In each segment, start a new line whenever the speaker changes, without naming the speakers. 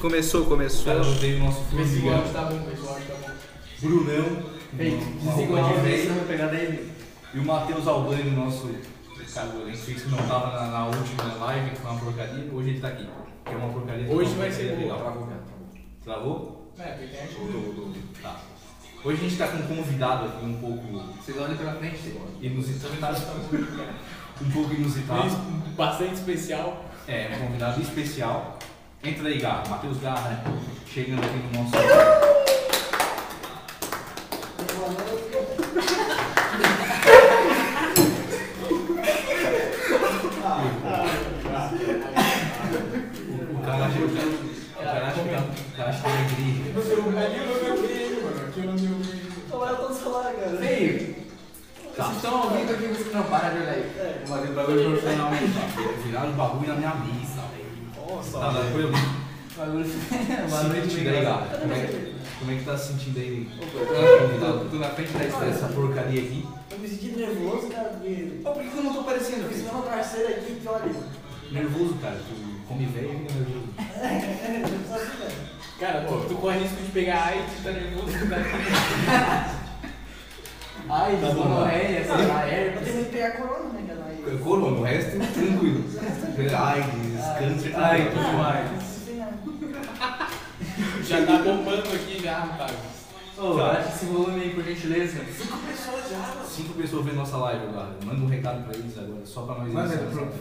Começou, começou.
Cara, eu odeio o nosso
Vê se o
Formiga.
áudio tá bom, vê se o áudio tá bom.
Brunão.
Vem, desligou
Paulo
de vez,
Alves
senão eu vou pegar 10 mil.
E o Matheus Albani, nosso cagolento fixo, que não tava na, na última live, que foi uma porcaria. Hoje ele tá aqui. Que é uma porcaria.
Hoje
uma
vai
porcaria
ser boa.
legal. Travou?
É, porque tem
Voltou, voltou. Tá. Hoje a gente tá com um convidado aqui um pouco
Vocês olham pra frente, vocês olham.
inusitado. um pouco inusitado.
gente bastante um especial.
É, um convidado especial. Entra aí, Garra. Matheus Garra, né? chegando aqui no nosso. O cara acha que tá- o cara acha que tá- o cara acha que tá na igreja.
Ali o nome é grego, mano. Aqui o nome é grego.
Veio!
Tá.
Vocês estão ouvindo aqui, vocês não para de olhar
É.
aí. Vou fazer o bagulho
Profissionalmente, tá? Viraram o bagulho na minha mesa, velho.
Nossa,
Tá, tá, foi
Bagulho.
eu. Boa
Bagulho
noite,
de
daí,
legal.
Garra. Como é que- Como é que tá se sentindo aí?
Tô, tô na frente da
Essa
estressa.
porcaria aqui.
Eu me senti nervoso, cara, porque
Pô, por que que eu não tô parecendo?
eu fiz uma parceira aqui que, olha, eu
Nervoso, cara. Tu come velho e fica nervoso.
só assim, velho.
Cara, tu, tu corre risco de pegar AIDS, tá nervoso, tá? né?
Ai,
Tá bom,
desmonorreia, sei lá,
Eu tenho
herpes.
que pegar corona, né, cara? Aí,
Eu como, o resto tranquilo. AIDS, câncer,
Ai,
tudo
tudo
mais.
mais.
isso tem nada.
Já tá bombando aqui já, rapaz.
Ô, baixa esse volume aí, por gentileza.
Começou já,
Cinco pessoas vendo nossa live agora. Manda um recado pra eles agora, só pra nós.
Manda,
iniciar.
pronto.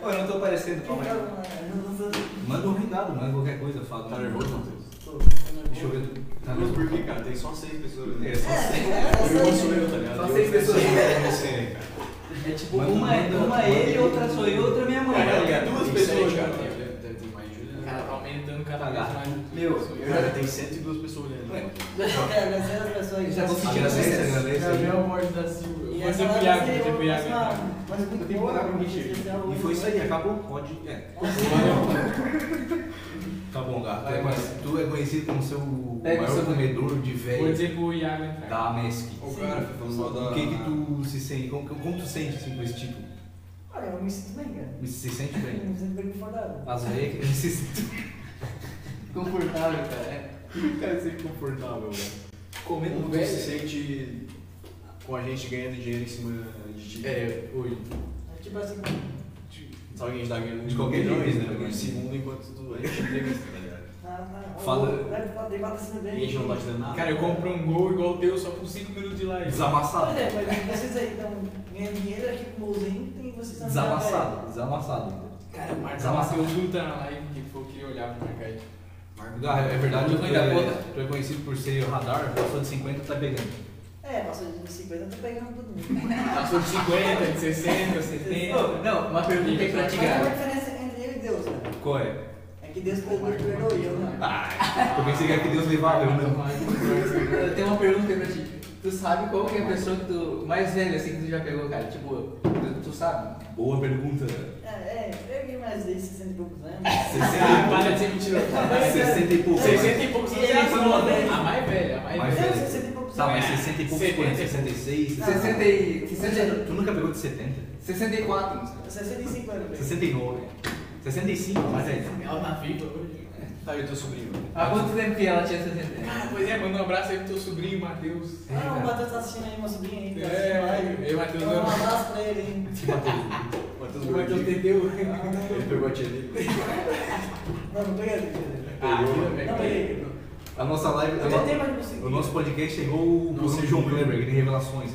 Pô, eu não tô parecendo, calma aí.
quem
Manda um recado, manda qualquer coisa, fala. Tá nervoso, Matheus? Deixa eu ver. Tá nervoso por quê, cara? Tem só seis pessoas. É, só seis.
tá
Só seis pessoas. É tipo,
Manda,
uma,
manda,
uma
manda.
ele, outra sou eu, outra minha mãe.
É,
tá ligado?
Duas pessoas já. Cara, tá aumentando cada vez mais.
Meu, eu já tenho.
Agradecer as pessoas.
Já vou sentir
É. Agradece, agradece.
Gabriel Borges da Silva.
E
Vou
essa
ser
vai
piada,
ser
vou ser
uma-
piada.
Mas muito boa, muito especial.
E foi isso aí, acabou. Pode. É. Tá bom, Gato.
Vai,
Mas tu é conhecido como seu
Pega o
maior
seu-
comedor de
Vou
velho
dizer pro Iago entrar.
da MESC.
Sim. Cara,
O que que tu se sente? Como, como tu sente assim, com esse título?
Olha, eu me sinto bem, cara.
Se sente
Eu
bem?
me sinto bem confortável.
As veias se sente
Confortável, cara.
confortável, velho.
Comendo
Como você
velho.
Um se sente com a gente ganhando dinheiro em cima de ti?
É, hoje.
É tipo assim,
Sabe que a gente tá ganhando
De qualquer
milhões,
jeito, né?
Por segundo enquanto tu, a gente entrevista, tá ligado?
na- na-
Fala-
eu- deve falar, tem patrocínio
É,
E a
dele.
gente não tá te dando nada.
Cara, eu compro um gol igual o teu só por 5 minutos de live.
Desamassado.
Pois é, mas vocês aí estão ganhando dinheiro aqui com o bolzinho e vocês estão
Desamassado. Desamassado ainda.
Cara, o Marcos Amassou luta na live que foi que olhar pro Marcaí.
Ah, é verdade,
Eu
tu
fui da
é,
conta.
tu é conhecido por ser o radar, passou de 50 tá pegando.
É, passou de 50, eu tô pegando todo mundo.
Passou Tá de 50, de 60, 70.
Ô, não, uma pergunta aí pra ti,
Mas qual é a
cara.
diferença entre eu e Deus, cara?
Qual é?
É que Deus perdoa perdoou e eu não.
Ah, eu pensei que é que Deus levava eu não.
Eu tenho uma pergunta aí pra ti. Tu sabe qual que é a pessoa que tu. mais velha assim que tu já pegou, cara? Tipo, tu, tu sabe?
Boa pergunta.
É, é, eu peguei mais de 60 e poucos anos.
60
Ah, para de ser mentiroso.
e 60 e pouco.
60 e poucos anos, né?
Ele
ela falou,
falou,
A mais velha, a mais
Mais
velha.
Eu,
velho.
60 e poucos
Tá,
anos.
mas 60 e poucos quanto? 66?
Não.
60 e.
Tu
60,
tu nunca pegou de 70?
64, não sei.
65 anos.
69. 65, mas é.
Ela tá viva hoje.
Tá, e o teu sobrinho?
Há quanto tempo que ela tinha 60?
Ah, pois é, manda um abraço aí pro teu sobrinho, Matheus.
É,
Ah,
cara.
o Matheus tá assistindo aí, meu sobrinho aí. tá
É,
assistindo
vai, eu,
aí.
Matheus,
Então, Um
eu.
abraço pra ele, hein.
Que bateu.
O Matheus
O
pegou a
Matheus
tia.
entendeu.
Ele pegou a tia dele.
Não, não peguei ele.
Ah,
Não peguei.
A nossa live. a
Eu tentei,
no-
mas não consegui.
O nosso podcast chegou o Bruno João Kleber, que tem revelações.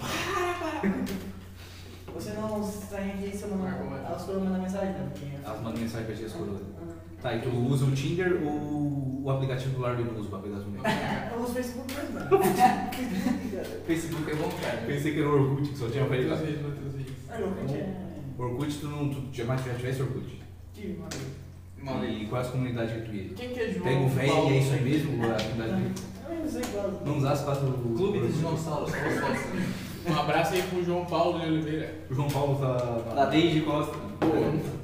Você não estranha aqui se eu não.
Marcou, mas-
Elas foram mandar mensagem, né? Porque-
Elas mandam mensagem pra gente coroas.
Ah,
Tá, e tu usa o Tinder ou o aplicativo do Largo e não usa o aplicativo mesmo?
Eu uso Ah, é, Facebook mesmo. né? Facebook,
Facebook é bom, cara.
Pensei que era o Orkut que só tinha
Matheus
aparelhado.
Reis, Matheus Reis.
cara. Ah, eu curti, é.
Orkut, tu não. Tu jamais já tivesse Orkut.
Tive uma vez.
Uma vez.
E quais comunidades que tu ia?
Quem que é João?
Pega o velho e é isso aí mesmo? A comunidade dele?
Eu não sei qual.
Não usasse para o
Clube dos dinossauros. como é se fosse.
Um abraço aí pro João Paulo de Oliveira.
O João Paulo tá.
Da Deide Costa.
Boa.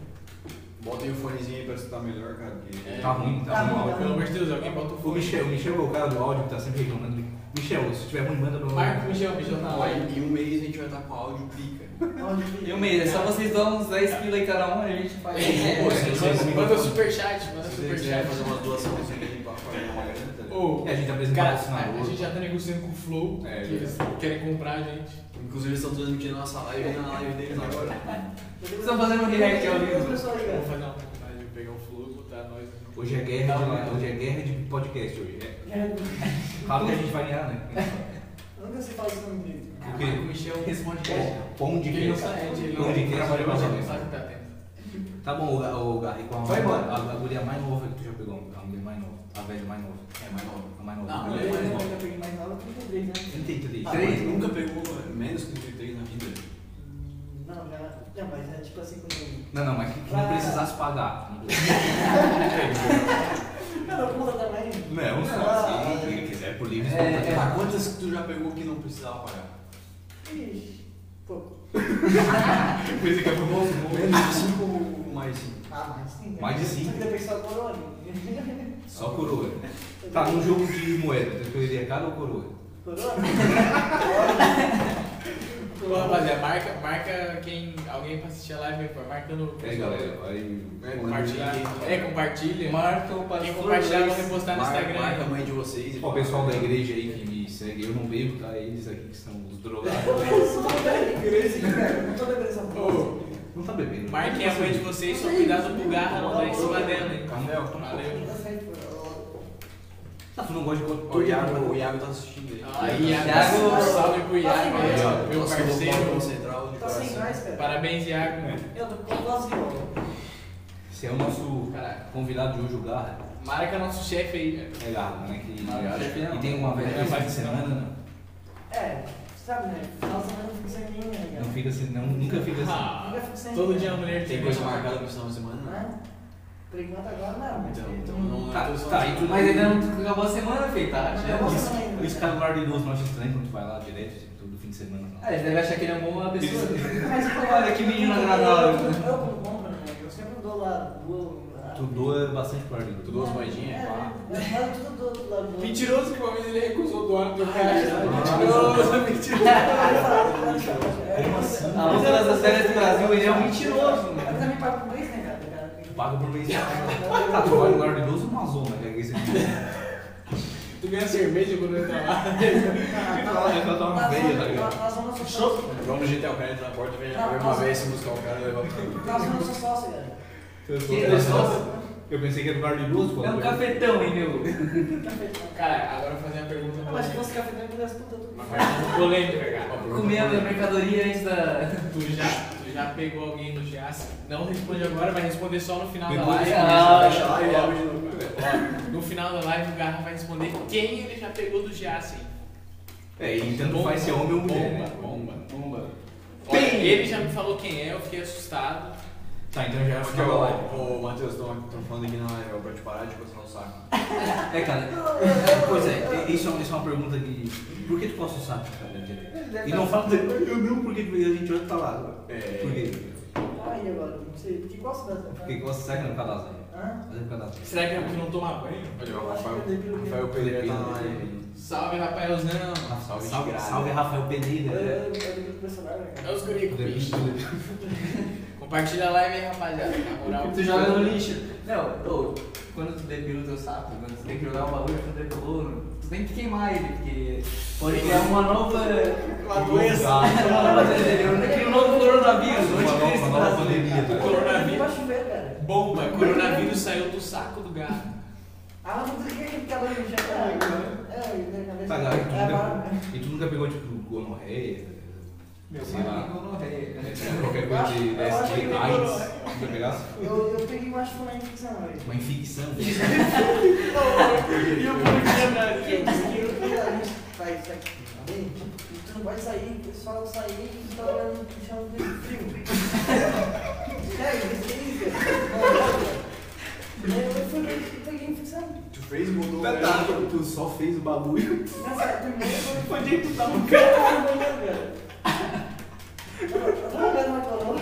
Bota aí o fonezinho aí pra escutar melhor, cara. porque-
É.
Tá ruim, tá
Tá
ruim o
ruim,
áudio.
tá
Pelo amor de Deus, alguém bota o
O
fone.
Michel, o Michel é o cara do áudio que tá sempre reclamando. Michel, se tiver ruim, manda pra
Marca o Michel, Michel tá
Ó,
É,
lá.
em um mês a gente vai estar com áudio pica.
Áudio-
E um mês, é só vocês dar uns 10 pila em cada um e a gente faz.
Pô, se
é.
vocês-
Manda um superchat, manda
Se você quiser
É superchat.
fazer umas doações aí pra pagar uma grana, tá ligado?
Ô,
E a gente apresenta
cara,
patrocinador.
a gente já tá negociando com o Flow,
É,
que eles querem comprar a gente.
Inclusive eles estão transmitindo nossa live na live deles agora.
Vocês
estão fazendo um react ao vivo.
pessoal
Eu
ligado.
vou fazer uma vontade de pegar o Flow e botar nós.
Hoje é guerra de, hoje é guerra de podcast hoje. É. Claro que a gente vai ganhar, né?
Eu nunca sei falar isso no inglês.
O
O
quê?
Michel responde cash.
Pô, Pão de
Ele não
queijo.
sabe, ele não
Pão de queijo,
trabalha,
olha
mas
mais
ele
ou
não
menos.
sabe o que tá tendo.
Tá bom, o, o Garri, qual a,
Vai embora.
a, a guria mais nova que tu já pegou? A mulher mais nova. A velha mais nova.
É, mas não.
A mais nova.
Não,
a
Eu
mulher
mulher
Ah, é mais
nunca
nova.
peguei mais nada, eu tenho três, né?
33.
Ah, mas nunca pegou né? menos que 33 na vida.
Não, já. Não, mas é tipo assim quando.
Não, não, mas que que não precisasse pagar. Não,
Não, eu vou contratar mais.
não,
Ah,
se ele quiser por livre
É,
espontânea.
Tá, quantas que tu já pegou que não precisava pagar?
Ixi, pouco.
Coisa que é pro moço,
Menos de 5 ou mais 5?
Ah, mas sim. né?
Mais de cinco.
Só que depois só coroa. né?
Só coroa. Tá, num jogo de moeda, tu escolheria cara ou coroa?
Coroa?
Ô, rapaziada, marca, marca quem, alguém pra assistir a live, pô, marca no.
É, galera, aí...
Compartilha. É, compartilha.
Marca o
Quem
pastor.
compartilhar, vou
Luiz.
repostar Tá no
Marca,
Instagram.
marca a mãe de vocês. e
Ó, tipo, o pessoal da igreja aí que me segue, eu não bebo, tá? Eles aqui que são os drogados.
Eu sou da igreja, cara. Não tô lembrando essa porra.
Ô,
Não tá bebendo.
marquem a mãe de vocês, só cuidado pro garra não dar em cima dela, hein?
Camel,
é um
valeu.
Tá certo, pô.
Tá, tu não gosta de
Ó, O Iago, o Iago tá assistindo aí.
Ah,
Iago,
Iago, salve pro Iago, aí, ó, meu
Nossa, eu vou
parceiro.
concentrar o de
Tá sem
coração.
mais, cara.
Parabéns, Iago.
Eu tô com quase igual.
Esse é o nosso
Caralho.
convidado de hoje, o Garra.
Marca nosso chefe aí, velho.
É Garra, né? Que,
Ah, eu acho que não.
e tem uma velha
Não
festa
faz
de
isso, não.
semana, né?
É, sabe, né? Final de semana eu fico sem mim, né,
Não
cara?
fica assim, não, nunca fica assim.
Ah,
Nunca fico sem
todo
ninguém.
um
dia a mulher
Tem
te
coisa
chama.
marcada pro final de semana? né?
Né? Por enquanto agora não, mas. um
Então, então não
Tá,
eu tô só-
tá, e tu-
Mas ainda não acabou a semana, feita. tá?
Acabou a semana ainda.
Por isso que o cara de luz não acha estranho quando tu vai lá direto, tipo, todo fim de semana. Não.
Ah, eles devem achar que ele é uma boa pessoa.
Mas pô,
Olha que menino agradável.
Eu, eu, eu não compro, né? Eu sempre dou lá do. lá-
Tu doa bastante pro Arlindo.
Tu doa as moedinhas?
É,
pá.
é, mas tudo do, do lado do.
Mentiroso que uma vez ele recusou doar do
Ah,
caixa.
mentiroso.
Não, Ah, eu falo, eu falo, eu falo, é.
Como assim?
Ah, mas todas as férias do Brasil, ele é um mentiroso,
Eu
mano.
também pago por mês, né, cara? cara?
Tu paga por mês.
Eu-
Tá, tu vai no guarda idoso uma zona, que é esse aqui.
Tu ganha cerveja quando entra lá.
Ela tá uma
Nós
veia, tá
vamos-
ligado?
Nós vamos ser
Show.
sócios.
Vamos no GTA, o cara entra na porta e vem
Não,
a uma
nossa.
vez se
um
buscar o cara e levar pra ele.
Nós vamos ser sócios, cara.
Eu
sou-
é Eu pensei que era o guarda idoso, pô.
É um cafetão, hein, meu?
Cara, agora eu vou fazer uma pergunta
Não,
pra
Mas se
você.
fosse café também pudesse puta tudo.
Uma pergunta polêmica, cara.
Comer a mercadoria antes da.
Tu já, tu já pegou alguém no Gias? Não responde agora, vai responder só no final da
Depois
live.
eu
Fecha
Ah,
lá e abre de novo.
Ó, no final da live o Garra vai responder quem ele já pegou do assim. Gias, hein?
É, e tanto faz se é homem ou mulher, né?
Bomba, bomba. Olha, ele já me falou quem é, eu fiquei assustado.
Tá, então já é o
Porque,
final da live.
ô, ô, Matheus, estão falando aqui é, na live, ó, pra te parar de coçar o saco.
É, cara, é, pois é, e- isso é, uma- isso é uma pergunta de. Por que tu coça o saco, cara? E não fala, eu não, porque a gente olha e tá lá.
É.
Por quê?
Aí agora, não sei. Porque qual cidade? tá?
Porque coça o saco não é por causa da lasanha.
Hã?
Mas é por causa da lasanha.
Será que é porque não toma banho?
Olha, o
é
Rafael,
é
Rafael Pereira tá na live.
Salve, Rafaelzão.
Ah,
Salve,
Salve,
Tigrado.
salve Rafael né?
Eu-
Pereira.
eu- eu lembro do personagem, né,
É
cara?
os guri com bicho.
Depois-
Compartilha a live aí, rapaziada. Na moral.
Tu joga no lixo. Não, ô, quando tu depila o teu sapo, quando tu tem que jogar um bagulho, tu depilou, mano, tu tem que queimar ele, porque pode criar uma nova.
Uma doença.
é
Cria um novo coronavírus,
Uma nova-
anticristo
uma
no
nova
Brasil.
pandemia, tá
O
ligado?
Eu
coronavírus.
acho que veio, cara.
Bomba, coronavírus saiu do saco do gato.
Ah, mas não sei o que é que tá dando no jeito, cara. É, eu tenho a cabeça.
Tá, cara,
É, barba, né?
e tu nunca- E tu nunca pegou, tipo, gonorreia?
Meu
sei
pai
lá.
pegou no rei, é né?
É, Qualquer coisa de
Eu acho que
ST,
pegou
AIDS. Nunca pegasse?
Eu, eu peguei mais uma infecção,
Uma
velho.
infecção.
E o público
Porque a gente faz isso aqui, tá bem? E tu não pode sair, o pessoal sair e tu tá olhando pro chão de frio. Sério, isso é isso, cara. Eu fui eu peguei infecção.
Tu fez, mudou
Tá, tá, tu só fez o bagulho.
Nessa primeira foi.
Onde é que tu tava?
Eu tava olhando uma coroa.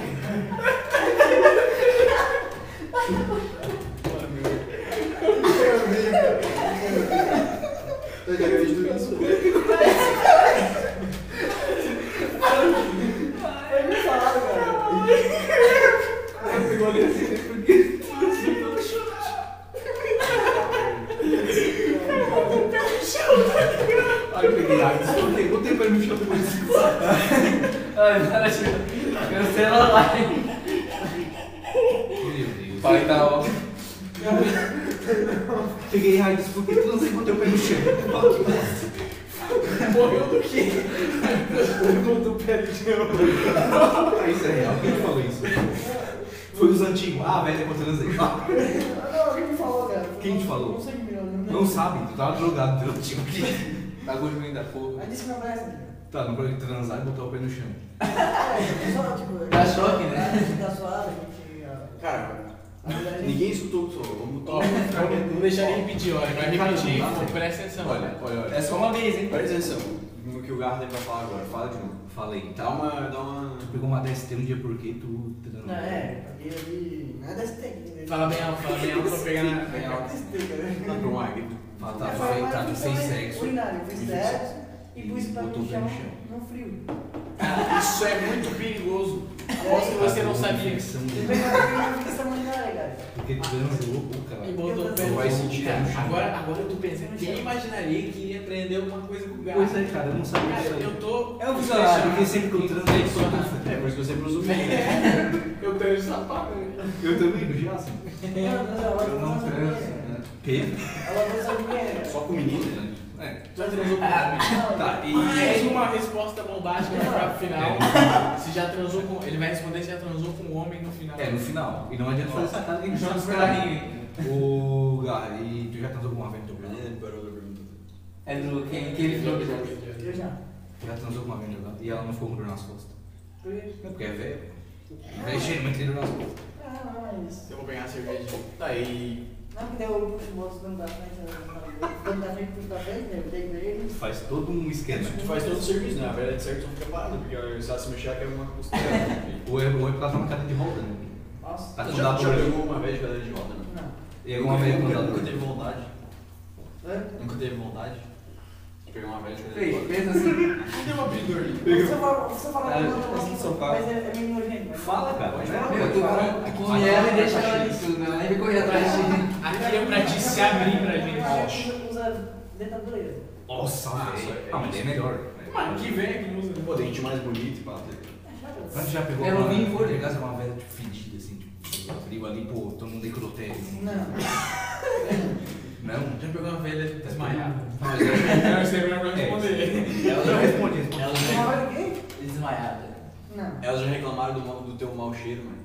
Eu já acredito nisso.
Foi me falaram, cara.
Aí eu peguei AIDS, botei, botei pra ele no chão depois.
Ai, cara, cancela a live.
Meu Deus.
Pai tá ó.
Peguei AIDS porque tu não sei botar o pé no chão.
Morreu do quê?
Botou o pé no chão. Ah, isso é real. Quem falou isso? Foi os antigos. Ah, velho, eu transei. Ah,
Ah, não, alguém me falou, cara.
Quem te falou?
Não sei que me lembro, não.
Não sabe, tu tava drogado, tu não tinha o que.
Tá gordinho da porra.
Aí disse que não vai essa, cara.
Tá, não pode transar e botar o pé no chão.
É, só, tipo,
Dá choque, né?
Dá suada, gente. a-
Cara,
a mulher-
ninguém escutou o que tu falou. Vamos
Ó,
tocar.
não deixar ele repetir, ó. Ele vai repetir, pô, presta atenção.
Olha, olha, olha.
É só uma vez, hein?
Presta atenção no que o Gardner vai falar agora. Fala de novo.
Falei,
Dá
tá?
uma. Dá uma.
Tu pegou uma DST um dia porque tu transou.
Não, é, paguei ali. Nada desse tempo, né?
Fala bem alto, fala bem alto pra pegar na bem alto.
Desse tempo, né?
Dá pra um águia.
Tá,
É,
tá,
foi
foi,
uma
tá, tu fez
infecção
sexo.
urinária, eu fiz
E
sexo
e
e pus pra
botou
no
o pé
chão,
no chão.
no frio.
Isso é muito perigoso. Aposto que você não
Tá,
sabia.
Infecção
E
dele.
pegou uma infecção urinária, cara.
Porque tu transou, pô,
E
cara.
botou o pé
Vai
no
sentir
chão.
no chão.
Agora, agora eu tô pensando, quem imaginaria que ia aprender alguma coisa com o gato?
Pois é, cara, eu não sabia
Cara,
disso aí.
eu tô.
É o funcionário, porque sempre que eu transei, eu sou
É, por isso que eu sempre uso o
Eu tenho sapato. né?
Eu também, no assim. Jason.
Eu
não transo,
né? Pedro?
Ela não sabe quem é.
Só com menina, né?
Já transou com homem?
Tá, e.
Mais um. uma resposta bombástica pra final. Se já transou com. Ele vai responder se já transou com um homem no final.
É, no final. E não adianta fazer sacada que a gente
Joga
joga
os
os
carrinhos,
carinhos.
hein?
Ô, Gar, e tu já transou com uma vez no teu
É,
braço?
parou da pergunta.
É do quem que ele falou que já.
Eu já.
Tu já transou com uma vez no teu braço? E ela não ficou com dor nas costas?
Por quê?
Não, porque é velho. É gênio, mas tem dor nas costas.
Ah, mas.
Eu vou ganhar a cerveja. Tá aí.
Não, porque eu puxo o bolso dando da frente, dando da frente, puxo da frente, né? Eu dei pra ele.
Tu faz todo um esquema.
Tu faz todo o serviço, né? A verdade certo não fica parado, porque se ela se mexer, é uma costela.
Ou é, ou é porque ela tá na cadeira de roda, né?
Nossa.
Tá com
já,
dado
já
olho.
pegou uma vez de cadeira de roda, né?
Não.
E alguma vez com
nunca,
dado
nunca
olho.
teve vontade.
Hã?
Nunca teve vontade. de pegar uma vez de cadeira de
Fez,
roda.
fez assim.
Deu uma pendura.
Se eu falar, se eu
Ah,
falar
eu tô aqui em São Paulo.
mas é, é meio nojento. mas-
Fala, cara.
Pode
Não,
falar.
Meu, tu come- tu come ela e
tá
deixa ela ali tudo, né? Ela nem vai correr atrás de ti.
Aqui é pra te se abrir pra gente.
Usa- Usa dentadura.
Nossa,
Ah,
velho.
isso é-
Ah, mas daí é melhor. né?
Mano, que vem que usa. né?
Pô, dente um mais bonito e pá. tá?
Mas tu já pegou
É, eu vim em
uma,
folha.
pegasse uma velha tipo, fedida, assim, tipo, abriu ali, pô, todo mundo necrotério.
Não.
Não?
Já pegou uma velha desmaiada.
desmaiada.
Não, isso é melhor pra responder.
Elas
Eu
já-
respondi, respondi.
elas
Você
já-
mora de quê?
Desmaiada.
Não.
Elas já reclamaram do, mau- do teu mau cheiro, mano.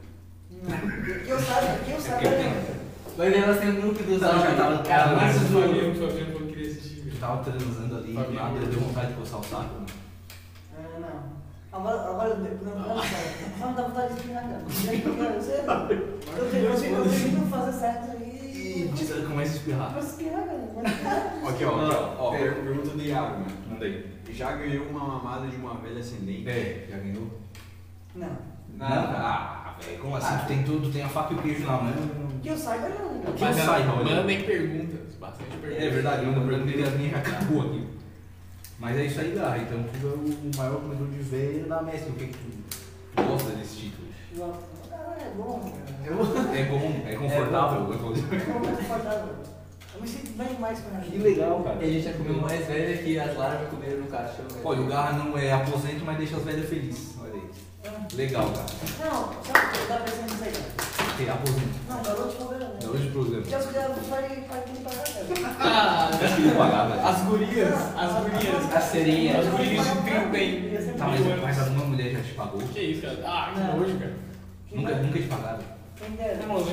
Não. Que eu saiba, que eu
É porque
saiba.
eu
não.
tenho.
Vai ver ela sendo núcleo do
Ela já
Zalma.
tava-
Cara,
Ela
mais
já
o
Eu
jogo.
falei pro Fabiano quando queria assistir.
Eu tava transando ali, do nada, deu vontade de coçar o saco. né?
Ah, não. Agora, agora, não, não, não, não dá vontade de espinhar, cara. Você eu tenho- eu tenho- eu tenho que fazer certo
E
aí.
diz- começa a espirrar.
Mas que cara, mas
Aqui, ó, aqui, ó. ó
Ah,
per- pergunta do Iago, mano.
Mandei.
Já ganhou uma mamada de uma velha ascendente?
É, já ganhou?
Não.
Não. Ah, velho, como assim? Tu tem tudo, tu tem a faca e o queijo né? na mão.
Que eu saiba, não.
Que não sai, olha.
Mandem perguntas, bastante perguntas.
É verdade, eu lembrando que a minha já acabou aqui. Mas é isso aí, Garra. Então tu é o maior comedor de velho da Mestre. O que que tu gosta desse título?
Cara, é bom, cara.
É bom, é confortável. inclusive.
É bom, é confortável. Eu me sinto bem mais com ela.
Que legal,
E
cara.
a gente já comeu mais velha que as larvas comeram no caixão. né? velho.
Olha, o Garra não é aposento, mas deixa as velhas felizes. Olha aí.
Ah,
Legal, cara.
Não, sabe o que eu tava pensando nisso aí? cara?
Ter aposento.
Não, garou de problema, né?
É hoje o problema.
Já os caras vai vai ter que pagar, cara.
Ah,
Acho que ele pagava.
as gurias, as gurias.
A serinha.
As gurias de 30 e-
Ia ser
Tá, mas, mas alguma mulher já te pagou?
Que isso, cara? Ah, que nojo, cara.
Nunca, nunca te pagaram?
Quem
Tá
É
dera.
maluco?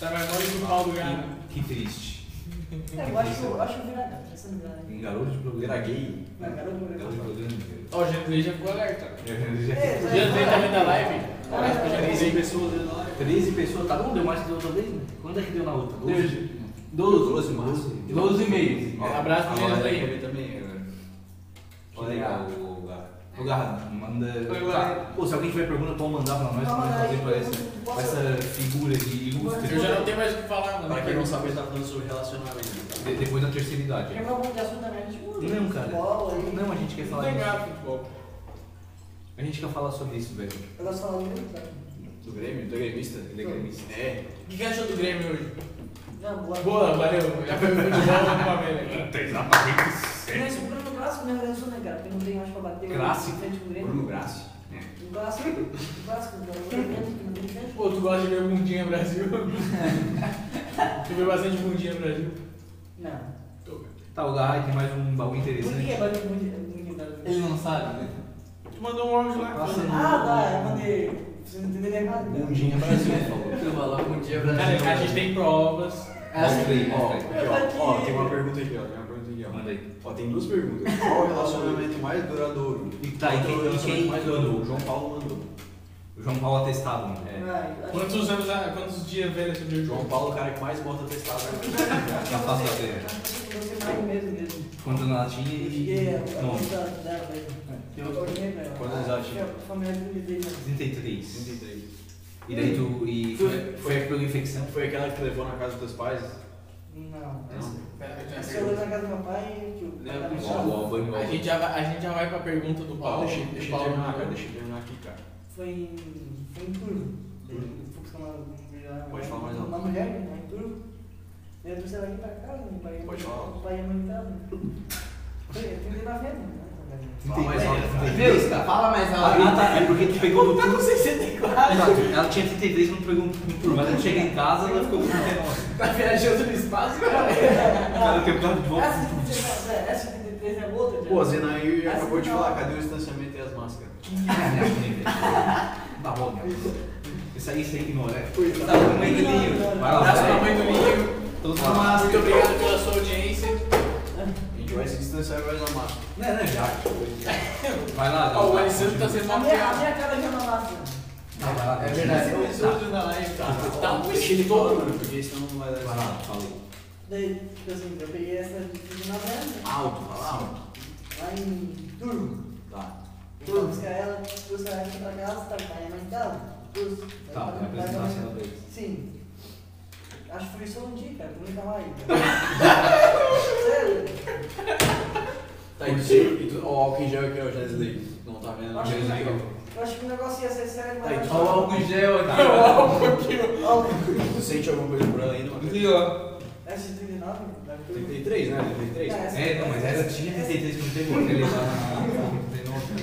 Tá mais mole que o pau do gato.
Que, que triste.
É, eu acho, eu acho virada, tá sendo virada.
Um garoto de
Era
programa.
gay?
Não, garoto de programa.
Garoto de programa. né?
Ó, o Jantley já ficou alerta.
É,
O Jantley tá vendo a live?
É.
Um abraço pro Jantley.
13 pessoas dentro da live.
13 pessoas, tá bom? Deu mais que outra vez? né? Quando é que deu na outra? 12?
12, massa.
12 e meio.
Um abraço pro
Agora
Jantley.
daí também, né? Olha aí, o- o- Ô, Garra, manda.
Oi,
Tá. Pô, se alguém tiver pergunta, pode mandar pra nós,
Não,
pra nós
mas
fazer
aí
pra
eu
essa,
posso-
pra essa figura de ilustre.
Eu já não tenho mais o que falar, mano.
Pra quem não sabe, ele tá falando sobre relacionamento.
De- depois da terceira idade.
Quer mudar um de assunto também, tipo,
Não, cara.
futebol aí.
Não, a gente quer falar disso.
Legal, futebol.
A gente quer falar sobre isso, velho.
Eu gosto de falar muito, né? sabe?
Do Grêmio? Do gremista?
Ele é gremista.
É. O que que achou do Grêmio hoje?
Não, boa.
Boa, valeu. Já foi o futebol da uma velha.
Mas o Bruno é um Clássico mesmo lançou, né, cara? Porque não tem mais pra bater.
Clássico?
Frente com o Grêmio.
Bruno Grassi.
O Clássico. O Clássico, cara. O evento que não tem frente.
Pô, tu gosta de ver bundinha Brasil? tu vê bastante bundinha Brasil?
Não.
Tô, cara.
Tá, o Garra tem É mais um baú
Por que
interessante.
é barulho muito- muito barulho?
Ele não sabe, né?
Tu mandou um áudio lá.
Passa no-
Ah, tá. Eu mandei. Vocês não entenderam errado. né?
Mundinha Brasil, por favor.
Eu vou lá, bom dia, Brasil.
Cara, a gente tem provas.
É assim.
Mostra aí, mostra aí.
Aqui, ó, ó, tem uma pergunta aqui, ó. Tem uma pergunta aqui, ó.
Manda aí.
Ó, tem duas perguntas. Qual o relacionamento mais duradouro?
E tá, e
Qual o
quem- e quem
relacionamento mais duradouro?
mandou?
O João Paulo mandou.
O João Paulo atestado, mano. É.
Vai, vai.
Quantos anos, a- quantos dias velha sobre o
João
jogo?
Paulo, é o cara que mais bota testado.
Já faço a ver.
Você vai mesmo mesmo.
Quanto na latinha
Eu cheguei
e.
a
Não,
conta dela pra ele. Eu olhei pra ela.
Quantos anos tinha?
Eu falei, eu não me dei, não.
33.
33.
E daí tu. E foi, foi pela infecção?
Foi aquela que te levou na casa dos teus pais?
Não.
Não.
Essa eu lembro na casa do meu pai que o
Né,
cara tava
o
me
Ó, o
chamando.
Albani, o
A
Albani.
gente, já vai, a gente já vai pra pergunta do
Ó,
Paulo.
deixa,
do
deixa eu
Paulo
terminar, cara.
Miguel.
Deixa eu terminar aqui, cara.
Foi em. Foi em Turvo. Foi buscar uma.
Pode falar mais alto.
Uma mulher, né? Em Turvo. Eu trouxe ela aqui pra casa, meu pai.
Pode falar alto.
O pai ia mandar. Foi, eu tentei na venda, né?
Fala mais alto.
Deus, cara, fala mais
Ah,
alto.
tá. É porque tu pegou no.
com 64.
Exato. Ela tinha 33 quando pegou no turno, mas ela chega em casa ela ficou com 39.
Tá viajando no espaço, cara.
Cara, tem um carro de volta.
Essa 33 é- essa 33 é outra, já.
Pô, a Zenair
Essa
acabou de
não.
falar, cadê o distanciamento entre as máscaras?
Tá bom, meu. Isso aí, isso aí ignora. é.
Pois
Tá bom, mãe do Ninho. Vai lá,
Abraço pra
vai.
mãe do Ninho.
Todos com
Mas
máscara.
Muito obrigado pela sua audiência.
A gente vai se distanciar e vai usar máscara.
Não, não, já. Vai lá,
Ó, o
vai lá.
Alessandro tá sendo
A minha, a
mapeado.
minha cara já não nasce.
Não, vai lá.
É verdade.
Tá.
Eu sou na live, cara.
Tá um
Deixa ele falar,
estouro.
mano, porque senão não né? vai dar
Vai lá, falei.
Daí, tipo assim, eu peguei essa de na venda,
Alto, fala alto.
lá em Turvo.
Tá.
Então, buscar ela, trouxe ela aqui pra casa, tá com a mãe dela. Trouxe.
Tá, vai apresentar a cena deles.
Sim. Acho que foi só um dia, cara. Nunca mais. Sério?
Tá, e tu, e tu, ó, o álcool em gel aqui, ó, já desliguei. Não tá vendo?
Acho
Já
que-
desliguei.
Eu acho que o negócio ia ser sério, mas.
Tá,
acho-
então, ó, o álcool em gel aqui.
Ó,
Tu sente alguma coisa por ela ainda, mano?
E ó.
Essa de 39, deve ter-
33, né? 33.
Ah, essa-
É, não, mas ela tinha 33 quando pegou. Ele lá na.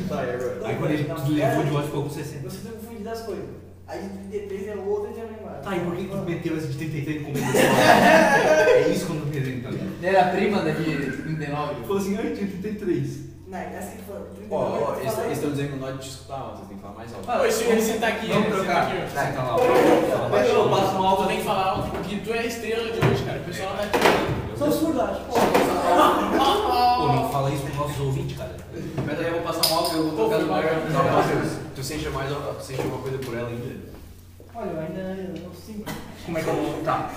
Tá, e agora?
Aí quando ele levou de volta ficou com 60.
Você tá confundindo as coisas. Aí 33 é outra de animal.
Tá, e por que que tu meteu essa de 33 como É isso quando eu perdi, tá ligado?
Era a prima da de 39.
Falou assim, ai, tinha 33.
Não, essa que foi. 39,
Ó, ó,
tu
eles
falou-
estão dizendo que não pode te escutar, mas você tem que falar mais alto.
Ô, esse ele senta aqui,
Vamos
ele senta
trocar.
aqui. ó.
Senta lá, ó.
Mas eu passo um
Tu
álcool
tem que falar alto, porque tu é a estrela de hoje, cara. O pessoal tá aqui.
Sou surdo, acho. Pô,
um
Pô, não fala isso pro nosso ouvinte, cara.
Mas aí eu vou passar um álcool e eu
Pô,
vou tocar no
foi
lugar.
bacana.
Tá, Matheus, Tu sente mais al- tu sente alguma coisa por ela ainda?
Olha, eu ainda eu não sei.
Como é que eu vou. Tá.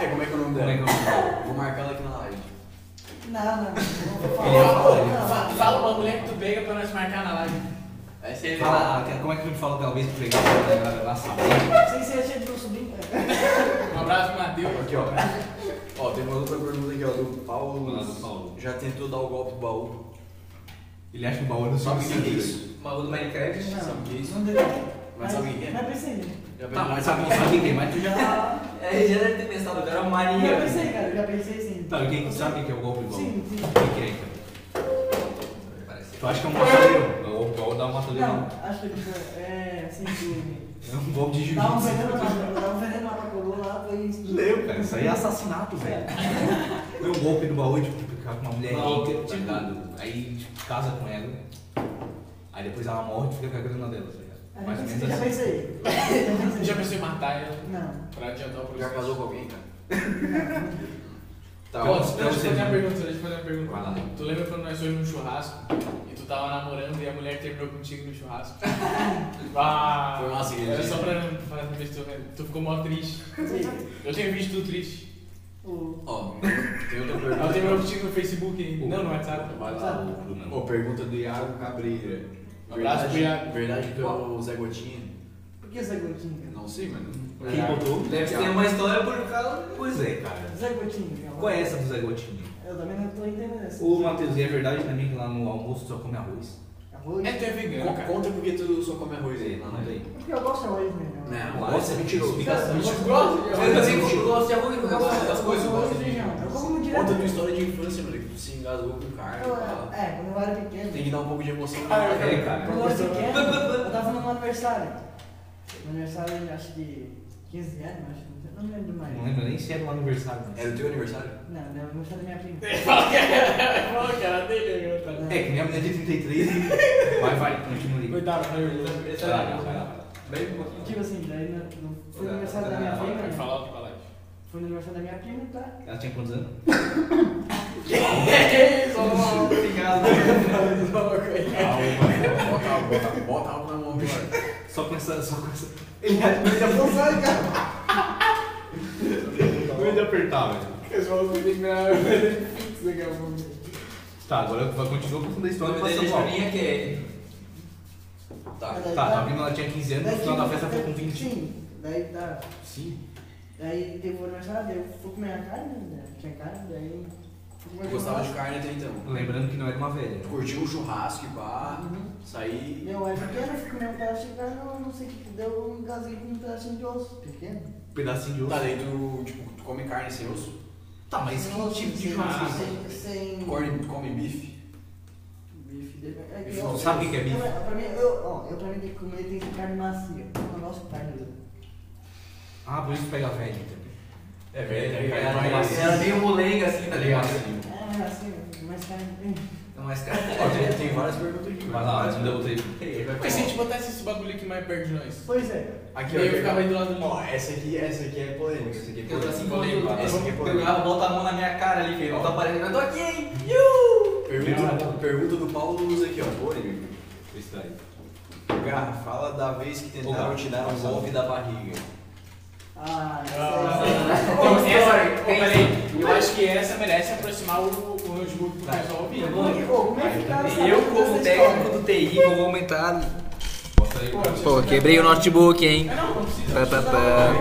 É, como é que é o nome
Como é que eu
dela?
vou.
Vou marcar ela aqui na live.
Não, não, não.
é
vou falar. Não,
Fa- Fala uma mulher que tu pega pra nós marcar na live.
Vai ser ele.
Fala, ah, como é que tu me fala aquela vez que tu pegava na- na sala?
Sem ser cheio de meu sobrinho.
Um abraço, Matheus.
Aqui, ó. Ó, tem uma outra pergunta aqui, ó, do
Vamos lá, do
Paulo.
Paulo.
Já tentou dar o golpe do baú?
Ele acha que o baú não
Sabe
sabe
o
o
que é
isso.
isso?
Maluco do Minecraft.
Sabe o que é isso?
Não deu.
Mas sabe o que é?
Não é pra isso aí, né?
Já
Tá, mas
pensou?
sabe, sabe quem? Mas tu já. tá-
É, já deve ter pensado, agora é o Maria.
Já pensei, cara, eu já pensei assim. sim.
Tá, quem sabe o que é o golpe do baú?
Sim, sim.
O que é, então? Tu acha que é um matadeiro? É o golpe da matadeiro.
Não, acho que tipo, é assim, tu
É um golpe de
dá um
jiu-jitsu.
veneno lá, dá um veneno lá pra colô lá, foi isso. É,
Leu, cara. Isso aí é assassinato, velho. Foi um golpe do baú, tipo, de ficar com uma mulher
Não,
rica,
tipo-
tá ligado? Aí, tipo, casa com ela. Aí depois ela morre e fica com a grana dela, tá ligado? Mais ou menos
É, Já
assim.
pensei.
Já pensou em matar ela
Não.
pra adiantar o processo?
Já casou com alguém, cara? Tá,
Pô,
ó.
deixa eu te fazer uma pergunta, deixa eu te fazer uma pergunta.
Vai lá. né?
Tu lembra quando nós fomos num churrasco e tu tava namorando e a mulher terminou contigo no churrasco? Ah,
Foi massa,
Era
gente.
só pra, pra ver se tu, tu ficou mó triste.
Sim.
Eu tenho visto tu triste.
O-
Ó, tem outra
Ela
pergunta. Tá
terminou contigo no Facebook, hein? não, no WhatsApp.
Vai lá, o Bruno.
Ó, pergunta do Iago Cabreira.
Um abraço pro
Verdade,
Iago.
verdade que é o Zé Gotinha.
Por que Zé Gotinho?
Não sei, mano.
Quem botou?
Deve ter uma história por causa. Pois é, cara.
Zé Gotinho.
Qual é essa do Zé Gotinho?
Eu também não tô entendendo essa.
Ô, Matheus, e é verdade também que lá no almoço só come arroz?
Arroz?
É, tu é vegano,
Con-
cara.
Conta porque tu só come arroz aí, não, não tem.
Porque eu gosto de né? arroz mesmo.
Né?
Não, arroz é mentiroso.
Explicação.
Eu gosto de
Mas
é
assim,
arroz.
eu gosto de arroz, eu
Eu
gosto
gosto
de
das
das coisas.
coisas. Eu gosto de feijão. Eu como direto.
Conta a tua história de infância, mano, que tu se engasgou com carne e
Eu-
tal.
É, quando eu era pequeno.
Tem que dar um pouco de emoção.
Ah,
É, cara.
Quando eu era pequeno, eu tava num aniversário. No aniversário, acho que 15 anos, acho. que- Não lembro mais.
Não lembro nem se era lá no aniversário. né?
Era o teu aniversário?
Não, não, eu gostava da minha prima.
Fala, cara, dele, meu cara.
É, que nem a mulher de 33. Vai, vai, continua ali.
Coitado, vai, Will.
Esse é
Vai lá,
legal.
vai lá.
Bem um pouquinho.
Tipo assim, daí no, no, foi no aniversário da minha prima.
Vai
né?
falar o que falar.
Foi no aniversário da minha prima, tá?
Ela tinha quantos anos?
Calma,
Ah,
bota algo, bota algo, bota algo na mão agora.
Só com essa. Só com essa. Eu ia apertar, velho.
Esse maluco tem que virar fixo daqui a pouco.
Tá, agora vai continuar contando a
O
história
nome
pra
dele
São
é
Paulo.
Juninha, que é
Tá,
Daí
Tá, a prima ela tinha 15 anos, no
daí
final da
que-
festa foi com 20.
Sim, daí tá.
sim.
Daí teve o aniversário, daí eu fui comer a carne, né? Tinha carne, daí. fui comer
Gostava de
churrasco.
carne até então.
Lembrando que não era uma velha.
Tu curtiu o churrasco e pá,
Uhum.
saí.
Eu era pequeno, eu fui comer um pedaço de carne, eu não sei o que que deu, eu me casei com um pedacinho de osso. Pequeno?
Um pedacinho de osso.
Tá, daí tu, tipo, tu come carne sem osso?
Tá, mas
Sem Ah, osso,
que tipo de
sem-
churrasco?
Sem. sem-
Tu come, tu come bife?
Bife de. É que
Bife
eu-
não
Tu sabe o que é bife?
Pra pra mim, eu, ó, eu pra mim tem que comer tem que ser carne macia. Eu não gosto de carne dura.
Ah, por isso pega velho então.
É
Era,
verdade,
é,
era meio molenga assim, tá ligado?
É, assim, mas carne.
é.
Não, mas cara.
Tem, tem várias perguntas aqui,
Vai lá,
Várias
não deu tempo.
Mas se a gente botasse esse bagulho aqui mais perto de nós.
Pois é.
Aqui,
E aí eu ficava aí do lado do
Ó, essa aqui, essa aqui é polêmica, essa aqui é
Eu tô assim,
polêmica.
quando eu
polêmica. Essa aqui é polêmica.
pegava, bota a mão na minha cara ali, filho. Não tá aparecendo, eu tô aqui, hein? Iu!
Pergunta, pergunta do Paulo Luz aqui, ó, polêmica.
Isso daí.
Garra, fala da vez que tentaram te dar um golpe da barriga.
Ah, isso
Ah.
aí. isso aí.
Tem essa,
Ô,
tem
peraí, eu acho que essa merece aproximar o, o notebook pro
Tá.
pessoal ouvir.
Eu vou- tá
Como é que- ô, como é que ficaram
Eu,
sabendo
como
dessa história?
técnico do TI, vou aumentar.
Bota aí.
Pô, quebrei o notebook, hein?
Ah, Não, não precisa.
Tá, tá, tá.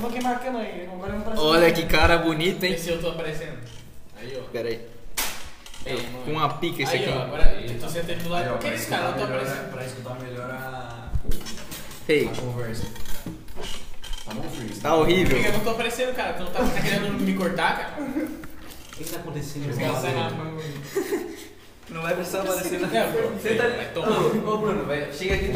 Vou queimar a cama aí, agora é um não parece.
Olha que cara bonito, hein?
Esse eu tô aparecendo. Aí, ó.
Pera aí.
Ei,
Eu-
mano.
Com uma pica esse
Aí,
aqui.
ó, agora eu tô sentando do lado. Que esse
tá
cara, eu tô
né?
aparecendo.
Pra escutar melhor a,
Ei,
a conversa. Tá bom, Freeze?
tá horrível.
Porque eu não tô aparecendo, cara. Tu não tá, tá querendo me cortar, cara?
O que que tá acontecendo?
Esse cara sai na mão.
Não vai precisar aparecer né? na.
Não,
Senta ali.
vai
Ô,
tomar.
ô, Bruno, vai. Chega aqui.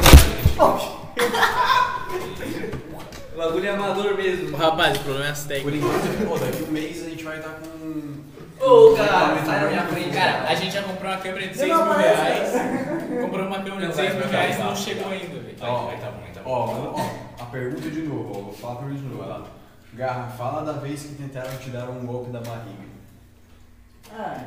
O bagulho é amador mesmo.
Rapaz, o problema é as técnicas.
Por enquanto, pô, daqui um mês a gente vai estar com. um
Ô, cara, sai da minha frente.
Cara, a gente já comprou uma câmera de 6
não
mil
aparece,
reais. Comprou uma câmera de
Não,
6
vai,
mil
vai,
reais e
vai,
não
vai.
chegou ainda, velho. Vai,
Ó.
vai, tá bom, tá bom.
Ó, mano, ó, a pergunta de novo, ó, vou falar a pergunta de novo, vai lá. Garra, fala da vez que tentaram te dar um golpe da barriga.
Ah,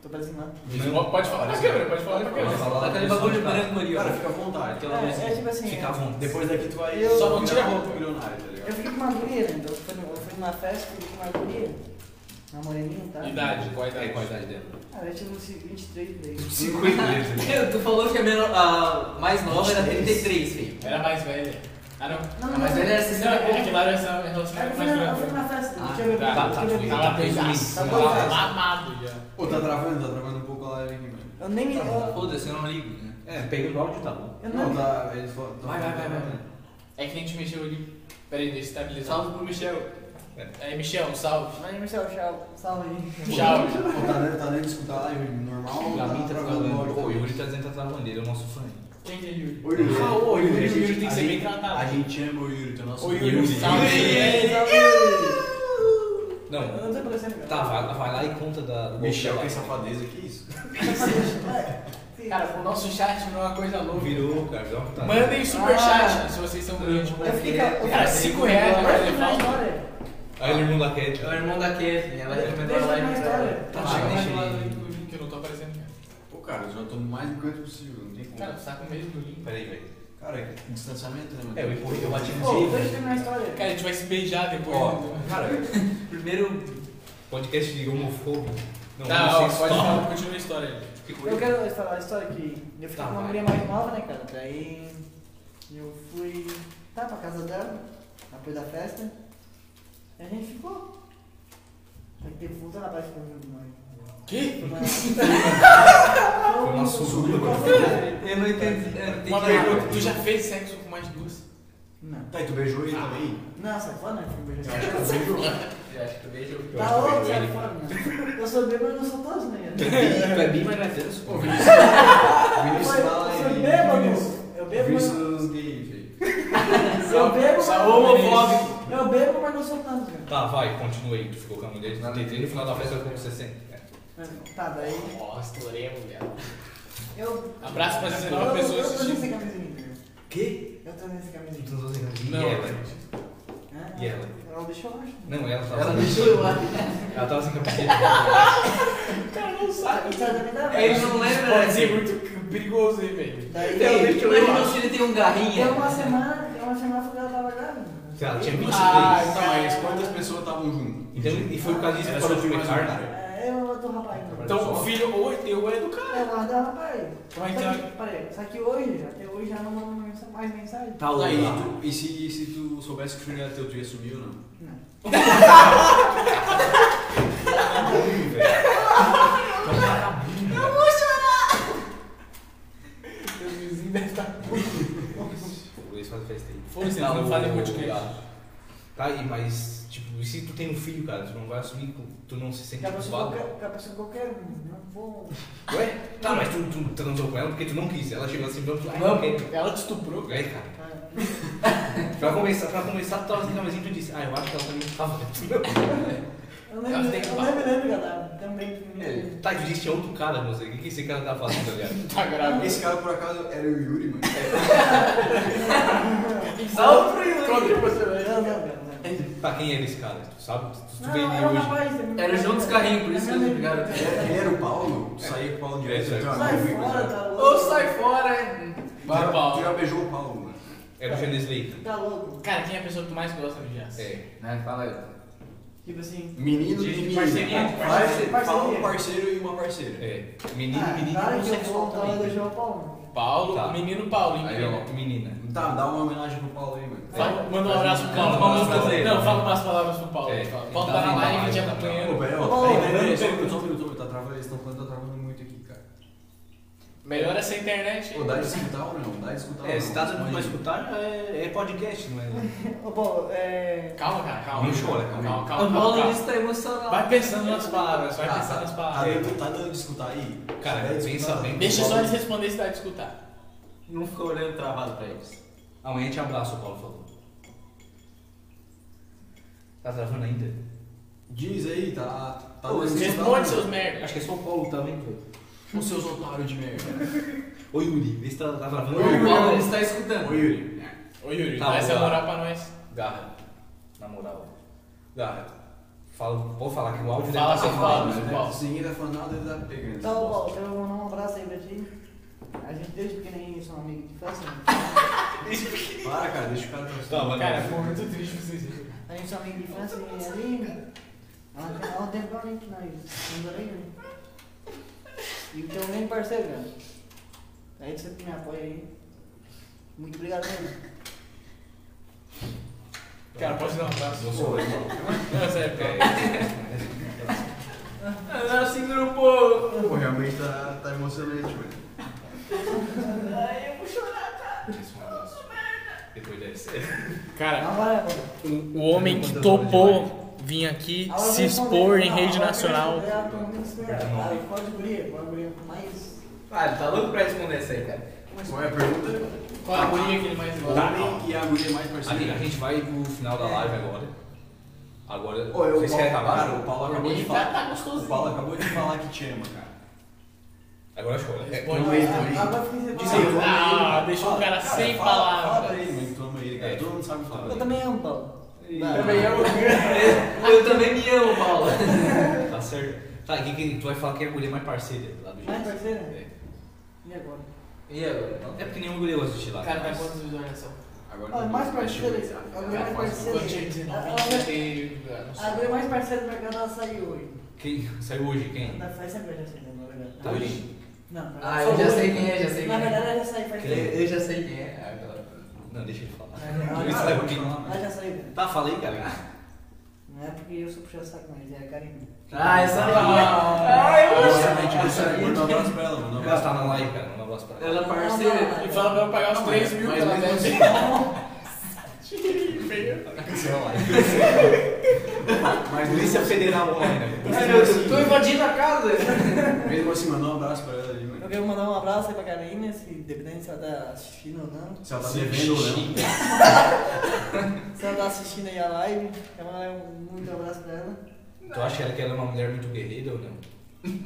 tô parecendo nada.
Não, Pode falar pra câmera, pode falar pra
Pode
câmera.
falar
tá
lá
Aquele
no
bagulho
Instagram.
branco ali, ó.
Cara, fica à vontade.
É,
aquela luz
é
aí.
tipo assim,
Fica à vontade.
Depois daqui tu vai.
Eu-
Só não tira a
Não.
roupa milionário, tá ligado?
eu fiquei com uma guria, né? Eu fui, no- eu fui numa festa, fiquei com uma guria. Uma moreninha, tá?
Idade, qual a
É, qual a
idade?
idade dela?
Ah, eu tinha uns 23 daí.
50 letras.
Tu falou
é
que a, menor, a mais nova era 33, filho.
Era mais velha. Ah, não.
Não,
A mais velha era 60
Não, é que lá era essa
Aí eu
relacionamento
fui
mais
na- eu fui
grande.
numa festa,
Ah,
tinha bebido.
tá,
tinha
tá,
bebido.
fui.
Tava
Tá
pesaço,
bom,
tava
cara.
mamado já.
Ô, tá travando, tá travando um pouco a live aqui, mano.
Eu nem me. Eu,
Foda-se, eu não ligo, né?
É, pega o áudio tá bom.
eu
Não,
não.
tá. Eles fo- tão- né?
Vai, vai, vai, vai.
É que nem a gente mexeu ali. Pera aí, deixa eu estabilizar.
Salve pro Michel.
É, Michel, salve.
Mas, Marcelo, tchau. Salve aí.
Tchau.
Ô, tá dando, tá dando de escutar a live normal? ou
Pra mim tá travando.
áudio
Ô, o
também?
Yuri tá dizendo que tá travando ele, é o nosso fã.
Quem que é Yuri?
Ô, Yuri.
Ah, ô, Yuri,
A gente-
Yuri tem que ser
a
bem
gente-
tratado.
A gente ama o Yuri, tu é nosso
Ô, Yuri,
Yuri. é
salve.
é Eu
Não,
não tô parecendo.
tá, vai, vai lá e conta da. do
Michel, que
golpe da
safadeza, que isso?
Sim.
Cara, o nosso chat virou uma coisa
barriga.
louca.
Virou, cara, dá uma vontade.
Mandem superchat se vocês são doentes.
Eu fiquei com.
Cara, 5 reais né? agora
Agora eu
ele
terminar a
falta.
história.
Aí o irmão da
É
Cat.
o irmão da Kathleen, ela recomendou a
Deixa
live
mais
pra ela.
história.
Tá,
Ah,
Tá, chega
deixa
mais do lado
ele.
do link, eu não tô aparecendo, cara.
Pô, cara, eu já tô no mais canto possível, não tem como.
Cara, tu tá com medo do link.
Peraí, velho.
Cara, é distanciamento, né, mano?
É, eu empurrei, eu bati no
Pô,
jeito.
deixa eu terminar a história.
Cara, a gente vai se beijar depois.
Ó,
né?
cara,
Primeiro,
Podcast de homofóbico. Não,
Tá, ó,
homossexual.
pode Tá, falar, continua a história aí.
Ficou
Eu
aí.
quero falar a história que eu fiquei
Tá,
com uma
vai.
mulher mais nova, né, cara? Daí eu fui tá pra casa dela, depois da festa, e a gente ficou. Aí teve um voltando na parte comigo, mãe.
Que?
Foi
um
uma surra.
Eu não entendi.
É.
Eu não entendi
Uma
nada.
pergunta, tu já fez sexo com mais duas?
Não.
Tá, e tu beijou ele também?
Não, sai fora, né? Fui
Eu
beijar.
acho que tu beijou.
Eu acho que eu vejo.
Eu acho
Tá
que tu
louco,
beijou
sai
ele.
fora, né? Eu sou bêbado, mas não sou todos, né?
Tu é bi, mas não é trans.
Pô, Vinícius. Vinícius tá fala
Eu sou
aí.
Ah, bêbado! Eu bebo, mas
Vinícius dos gays, velho.
eu bebo,
é
mas
Sou homofóbico.
eu bebo, mas não sou né? tanto, cara.
Tá, vai, continua aí. Tu ficou com a mulher de 33 no final da festa com 60. É.
Tá, daí.
Ó, estourei a mulher.
Eu.
Abraço pra
eu-
19
eu-
pessoas
Eu tô sem
assistindo.
camisinha, entendeu?
Que?
Eu tô nesse camisinha.
Não, tá
Não,
Ah,
E ela?
Ela deixou eu acho.
Não, ela tava
Ela
sem
deixou eu lá.
Ela tava sem camiseta.
o cara não sabe.
Sabe, também dá
É, Ele não lembra,
Pode
né?
ser muito perigoso, hein, velho.
tá. Daí,
Então,
Ei,
daí,
deixou eu
Imagina
lá.
se ele tem um garrinha.
deu uma semana, deu uma semana que ela tava grávida.
Ela tinha 23.
Ah,
Então, mas quantas pessoas estavam juntas?
Então, e foi por causa disso que
Era
parou
só
de
tu e mais um
pecar, né?
cara.
É, eu tô rapaz ainda.
Então o filho ou é teu ou é do cara.
Eu guardava, pai.
Como é que
Só
tá?
que- Peraí, só que hoje, até hoje já não mando mensa- mais mensagem.
Tá
Tá,
louco.
e tu- E se, se tu soubesse que o filho era teu, tu ia sumir ou não?
Não.
Teu vizinho deve estar.
O Luiz faz festa aí.
Foda-se,
Tá,
não
o-
fazem podcast.
Tá aí, mas, tipo, e se tu tem um filho, cara, tu não vai assumir, tu não se sente
Acaba sendo
culpado?
qualquer, acaba sendo qualquer um. Não vou.
Ué? Tá, mas tu, tu transou com ela porque tu não quis. Ela chegou assim, não, tu
Ai,
não quer.
Ela te estuprou.
Aí, cara,
Ah,
pra começar, pra começar, tu tava assim, camisinha e tu disse, ah, eu acho que ela também tava.
Eu
Ela
lembro,
tem que
eu
falar.
lembro, lembro, galera. Também.
É, Tá, tu disse, tinha outro cara, não sei, o que que esse cara tá fazendo, aliás?
Tá grávida.
Esse cara, por acaso, era o Yuri, mano.
é
Outro
Quando
Yuri.
que você vai?
Não, não, não. não.
Pra quem era esse cara? Tu sabe? Tu, tu
Não,
vê ele
era um
hoje.
rapaz. ele-
Era o João dos Carrinhos, por isso que
Era
eles
meu
brigaram.
amigo.
Ele era o Paulo? Saía com o Paulo direto.
É,
então,
sai.
É. Sai
amigo,
fora,
né?
tá louco.
Ou sai fora. é-
Vai,
Vai,
Paulo.
Paulo.
Tu já beijou o Paulo, mano.
Era o Genesley.
Tá louco.
Cara, quem é a pessoa que tu mais gosta no jazz?
É.
Né, fala aí.
Tipo assim.
Menino
De
e menina.
parceria, de
parceria.
Vai, Fala um parceiro e uma parceira.
É. Menino, menino
Ah, Cara, que eu um.
homossexual
vou falar
né?
do
também.
João Paulo.
Paulo,
Tá.
menino Paulo, hein?
Aí, ó, menina.
Tá, dá uma homenagem pro Paulo aí, mano.
Fala- manda um abraço pro Paulo.
Manda um
Manda
abraço
umas-
pra ele.
não, fala umas palavras pro Paulo.
É.
Fala- Paulo
Tá
tá na
na
live
live,
te
tá na
Ô,
acompanhando.
peraí, ó,
Ô,
peraí,
ô,
peraí, peraí,
ô,
só um minuto, só
ô,
um minuto, só um minuto, tá travando, eles estão falando que tá travando muito aqui, cara.
Melhor essa internet
Pô,
aí.
dá de escutar ou não? Dá de escutar ou não?
É, se tá dando pra
Mas-
escutar, é, é podcast, não é?
Ô, Paulo, é.
Calma, cara, calma.
Não chora, calma.
Calma,
O
calma, calma,
Paulo
calma.
está emocionado.
Vai pensando nas palavras, vai
Ah,
pensando
tá-
nas
Tá
palavras.
dando, tá dando de escutar aí?
Cara,
Se der de
pensa
escutar,
bem.
Deixa só eles responder se tá dá de escutar.
Não ficou olhando travado pra eles.
Amanhã te abraço, o Paulo falou. Tá travando ainda?
Diz aí, tá. tá
Ô,
dando de escutar ou não?
Responde seus merda.
Acho que é só o Paulo também, velho.
Os seus otários de merda.
Ô Yuri, vê se tá, tá travando.
O Paulo ele está escutando.
Ô, Yuri.
Ô Yuri,
Tá,
dá essa
vamos lá.
moral pra nós.
Garra. Na moral. Garra. Fala, vou falar que o áudio
Fala,
deve
seu
tá
Paulo.
travando, né?
Paulo.
Se ninguém tá falando nada, ele tá pegando.
Tá, ô, Paulo, quero mandar um abraço aí pra ti. A gente desde pequenininho somos amigos de infância. né?
Para, cara, deixa o cara
Tá,
trabalhar.
valeu.
Cara, foi muito triste vocês.
A gente é amigo de infância e ali. Ela tem um tempo ali que nós andamos ali, né? E o teu mesmo parceiro, cara. Aí tu sempre me apoia aí. Muito obrigado mesmo.
Cara, posso dar um abraço?
Não sou eu.
Não,
é,
sério, cara. É,
Não,
assim,
segura um pouco.
Pô, realmente tá, tá emocionante, mano.
Isso, um abraço. Depois dessa.
Cara,
Agora,
o, o homem que topou vir aqui
agora
se
eu vou
expor
responder.
em
Não,
rede
agora eu
nacional.
quero responder a pergunta que você me fez. Ah, eu gosto de guria, gosto de guria mais.
Ah, ele tá louco pra responder essa aí, cara.
Qual é a
Tá.
pergunta?
Qual a guria que ele mais
O
gosta?
homem e a mulher mais
Amiga,
parceira.
a gente vai pro final da
É.
live agora. Agora,
Ô, eu-
vocês querem acabar?
Cara, o Paulo acabou de
Ele tá, tá
falar. O
gostosinho.
Paulo acabou de falar que te ama, cara.
Agora chora. É,
Responde.
Não, é, também.
Agora eu fiquei
Diz
sem
aí,
falar.
eu amo
Ah,
ele.
deixou o cara sem
fala- Fala
palavras.
pra ele, mano, que tu ama ele, cara.
É.
Todo mundo sabe falar.
Eu também amo, Paulo.
Também eu. Eu também me amo, Paulo.
tá certo. Tá, quem, quem, tu vai falar que é a mulher mais parceira lá do
Mais
jeito.
parceira?
É.
E agora?
E agora?
É porque nenhum mulher gosta de te lá.
Cara, vai
mas-
quantas visualizações?
Agora
Ah,
Olha,
tá
mais
bom,
parceira.
deixa eu ver.
A mulher
Cara,
mais
quando-
parceira.
Quando tinha 19,
Ela-
20, eu não sei.
A guria mais parceira do mercado ela saiu hoje.
Quem saiu hoje? Quem?
Ainda faz sempre a gente, né, na verdade.
Tá hoje.
Não, pra-
Ah,
só
eu já
dois.
sei quem é, já sei
Na
quem
verdade,
é.
ela já saiu faz tempo.
Eu já sei quem é. Ah, agora- Não, deixa ele falar.
Ela
Ele
já-
sabe quem é.
Ela já saiu. velho.
Tá, falei, galera.
Não é porque eu sou puxado saco, mas é a Karine.
Ah, essa aí.
Ah.
Ah, eu acho.
Realmente, você mandou um abraço pra ela, mandou um
Ela
abraço.
tá na live, cara. Manda um abraço pra
Ela
ela.
é parceira.
E fala pra eu pagar os 3 mil
mas
pela
mesmo
deve.
assim- é
Mas Polícia Federal online.
né?
Ai, meu Deus, tô invadindo a casa!
Mesmo assim, mandou um abraço pra ela ali,
Eu
mano.
quero mandar um abraço aí pra Karine, se dependendo se ela tá assistindo ou não.
Se ela tá devendo ou não.
Se ela tá assistindo aí a live, quero mandar um muito abraço pra ela.
Tu acha que ela- que ela é uma mulher muito guerreira ou não?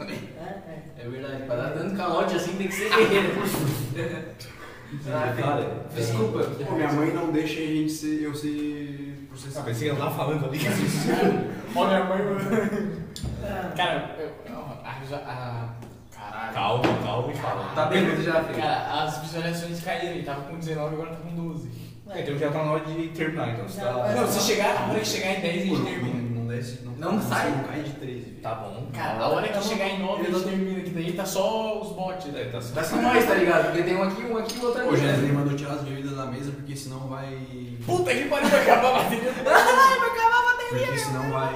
É, é.
É verdade, pra dar dando calote assim tem que ser guerreiro.
Ah, cara. Desculpa.
Pô, minha mãe não deixa a gente ser, eu ser
Ah,
processado.
pensei que ela tava falando ali.
Ó, minha mãe, mano.
Ah,
Cara, eu. não, a- já- a- Caralho.
Calma, calma e fala.
Tá bêbado já, filho.
Cara, as visualizações caíram. Ele tava com 19, agora tá com 12.
ué.
Então já tá na hora de terminar, então.
Já vai.
Não, se chegar, a hora que chegar em 10, a
Pô,
gente
Não,
termina.
não desce, não,
Não sai.
Não cai de 13.
Tá bom.
Cara, a hora que chegar em 9,
Eu
a gente
não-
termina. Que daí tá só os bots. né?
É, tá só-
Tá com nós, tá ligado? Porque tem um aqui, um aqui, outro
Ô,
ali.
é
Jéssica, mandou tirar as bebidas da mesa porque senão vai.
Puta que pariu, vai acabar a bateria.
Porque senão vai.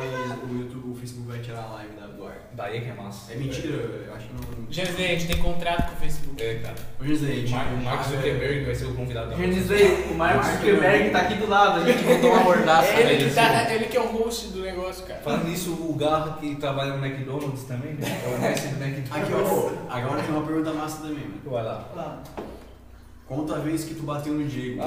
O YouTube, o Facebook vai tirar a live da do ar.
Daí é que é massa.
É mentira, eu acho que não.
Gisele, a gente tem contrato com o Facebook.
É, cara.
Ô, Gisele, a
O
gente-
Mar- o Mark Zuckerberg vai ser o convidado da
Já dizer, o Marcos
Marcos
Zuckerberg
Zuckerberg.
tá aqui do lado, a gente botou uma mordaça
É ele,
nele,
que tá, ele que é o host do negócio, cara.
Falando nisso, o Garra que trabalha no McDonald's também, né? É o mestre do
Aqui,
McDonald's.
ó. Agora tem uma pergunta massa também, mano.
Vai lá.
Lá.
Conta a vez que tu bateu no Diego.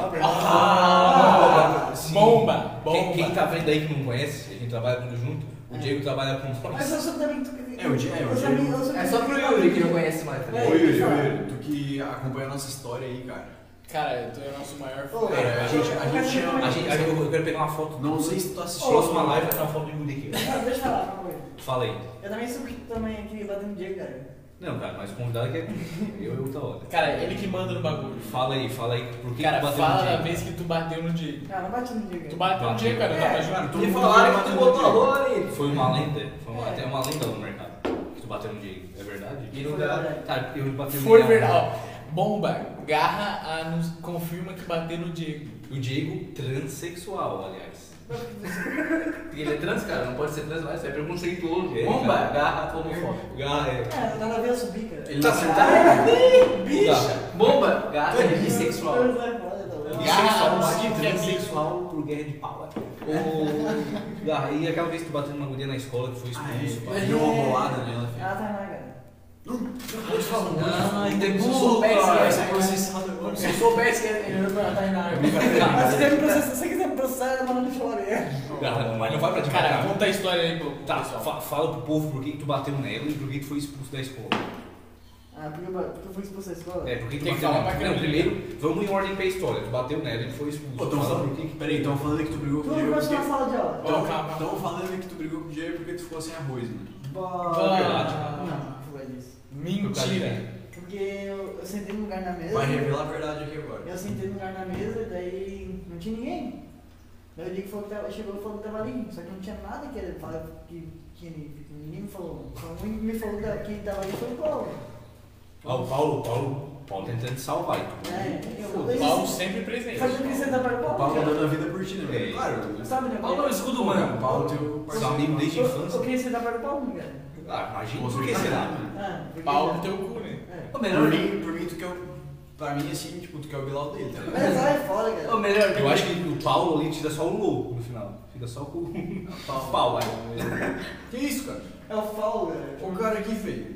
Ah,
Ah. Sim.
bomba,
Quem,
bomba.
quem tá vendo aí que não conhece, a gente trabalha tudo junto. O
É.
Diego trabalha com
Mas eu sou também. tu-
É, o Di- é, o
eu sabia-
Diego.
eu sabia-
É só pro Yuri que não conhece mais. tá
Ô,
ligado?
Yuri, ô, Yuri, tu que acompanha a nossa história aí, cara.
Cara, tu é o nosso maior fã.
Ô,
Cara, a gente. A gente, chama-
A gente, a gente- eu quero pegar uma foto.
Não sei se tu assistiu.
Próxima live vai ter uma foto do Yuri aqui.
Cara, Deixa eu falar uma coisa.
Fala aí.
Eu também sou também aqui batendo dia, cara.
Não, cara, mas o convidado aqui é comigo. eu e outra hora.
Cara, ele que manda no bagulho.
Fala aí, fala aí. Por que
Cara,
tu bateu
fala
no
da
Diego?
vez que tu bateu no Diego.
Ah, não bate no dia, cara.
Tu bateu no
Bateu.
Diego, cara, eu tava
É.
junto.
Todo
Me
mundo
falaram que
bateu
tu
no
botou a
Diego.
rola nele.
Foi uma lenda, foi uma,
É.
até uma lenda no mercado que tu bateu no Diego. É verdade?
E
não
não
dá.
dá.
Tá, eu bati no
Foi
Diego.
verdade. Ó, bomba, garra a nos confirma que bateu no Diego.
O Diego transexual, aliás.
Porque ele é trans, cara, não pode ser trans mais, é preconceituoso.
É,
Bomba,
cara.
garra, homofóbico.
Ah, é.
Ah, nada a ver eu subir, cara.
Ele Ah, nasceu tarde.
Bicha!
Bomba, garra, é
Eu
bissexual.
não sei falar, tá vendo?
Garra
Bissexual,
sim,
bate
que é
transexual por guerra de pau. é. Ô, Ah, e aquela vez que tu bateu numa guria na escola que foi
Ah,
expulso.
é. Deu uma bolada nela, filho.
Ah, tá, não, cara.
Ai,
Se
tem
eu
burro,
soubesse que ia
cara.
ser processado agora. é Se eu soubesse que ele ia pra Tainá.
Mas se quiser me processar, se quiser me processar, eu mando chorar.
Garra, mas não vai pra te
Cara,
matar.
conta a história aí pro
Tá,
pessoal.
fa- fala pro povo por que que tu bateu nela e por que que tu foi expulso da escola.
Ah, porque eu, ba- porque eu fui expulso da escola?
É, por que tu
Tem que
bateu nela?
falar pra
Não,
câmera.
primeiro, vamos em ordem pra história. Tu bateu nela e foi expulso.
Pô, um tão
Fala
falando
por então que que-
Peraí, tão falando que tu brigou com o
Tudo
Diego.
que eu
porque-
na sala de aula.
Ó, calma, calma.
Tão falando que tu brigou com o Diego porque tu ficou sem arroz, mano.
Bah.
verdade.
Não, não foi disso.
Mentira.
Porque eu, eu sentei num lugar na mesa.
Vai revelar a verdade aqui agora.
Eu sentei num lugar na mesa, daí não tinha ninguém. Daí o Diego falou que tava, chegou e falou que tava ali, só que não tinha nada que ele falava que, que ele- ninguém me falou. Só um me falou que que tava ali foi o Paulo.
Ah, o Paulo, o Paulo, o Paulo tentando salvar. então. e tu-
É, eu
O Paulo sempre presente.
Fazendo que sentar para o
O
Paulo.
Paulo
cara.
dando a vida por ti, né,
É.
velho? Claro. né?
Sabe, né?
Paulo é o escudo
O
humano.
Paulo teu
Os amigos desde a
Eu- Eu
infância.
queria sentar para o Paulo, cara.
Ah, imagina.
Com
Por que
certeza,
será?
né?
Ah, porque-
Paulo no teu cu, né?
É.
Ou
Por
melhor,
mim, por mim, tu quer o. Pra mim, assim, tipo, tu quer o Bilal dele, tá ligado?
Mas sai fora, cara.
ou melhor,
Eu acho que o Paulo ali tira só o louco no final. Fica só com o Paulo. Paulo aí.
Que isso, cara?
É o Paulo, cara.
O cara aqui, feio.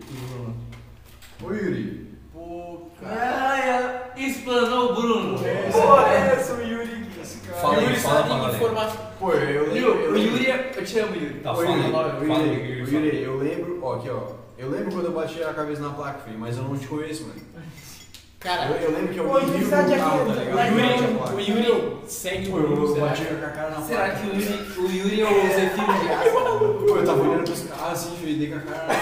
Ô, Yuri. Pô, cara.
Ai, explanou o Bruno.
É.
Pô, é.
essa, o Yuri? que Esse cara.
Fala aí,
Yuri
fala
sabe
pra
em
galera.
informação.
Pô, eu
O
lembro.
Yuri-
eu
o
lembro-
Yuri, é- eu te amo, Yuri.
Tá,
Ô,
fala aí.
Yuri,
Fala aí,
ô,
fala
Yuri,
aí.
ô, Yuri, eu lembro, ó, aqui, ó. Eu lembro quando eu bati a cabeça na placa, filho, mas eu não te conheço, mano. Eu,
Cara,
eu lembro que eu
Pô,
vi o
amizade aqui,
carro, tá
amizade.
ligado? Eu bati a
o
placa.
Yuri, é o Yuri segue o
Pô, eu
Bruno, será?
bati com a cara na
Será
placa.
que o Yuri, o Yuri é o Zefiro de Aço?
Pô, eu tava olhando pros caras assim, filho, dei com a cara na placa.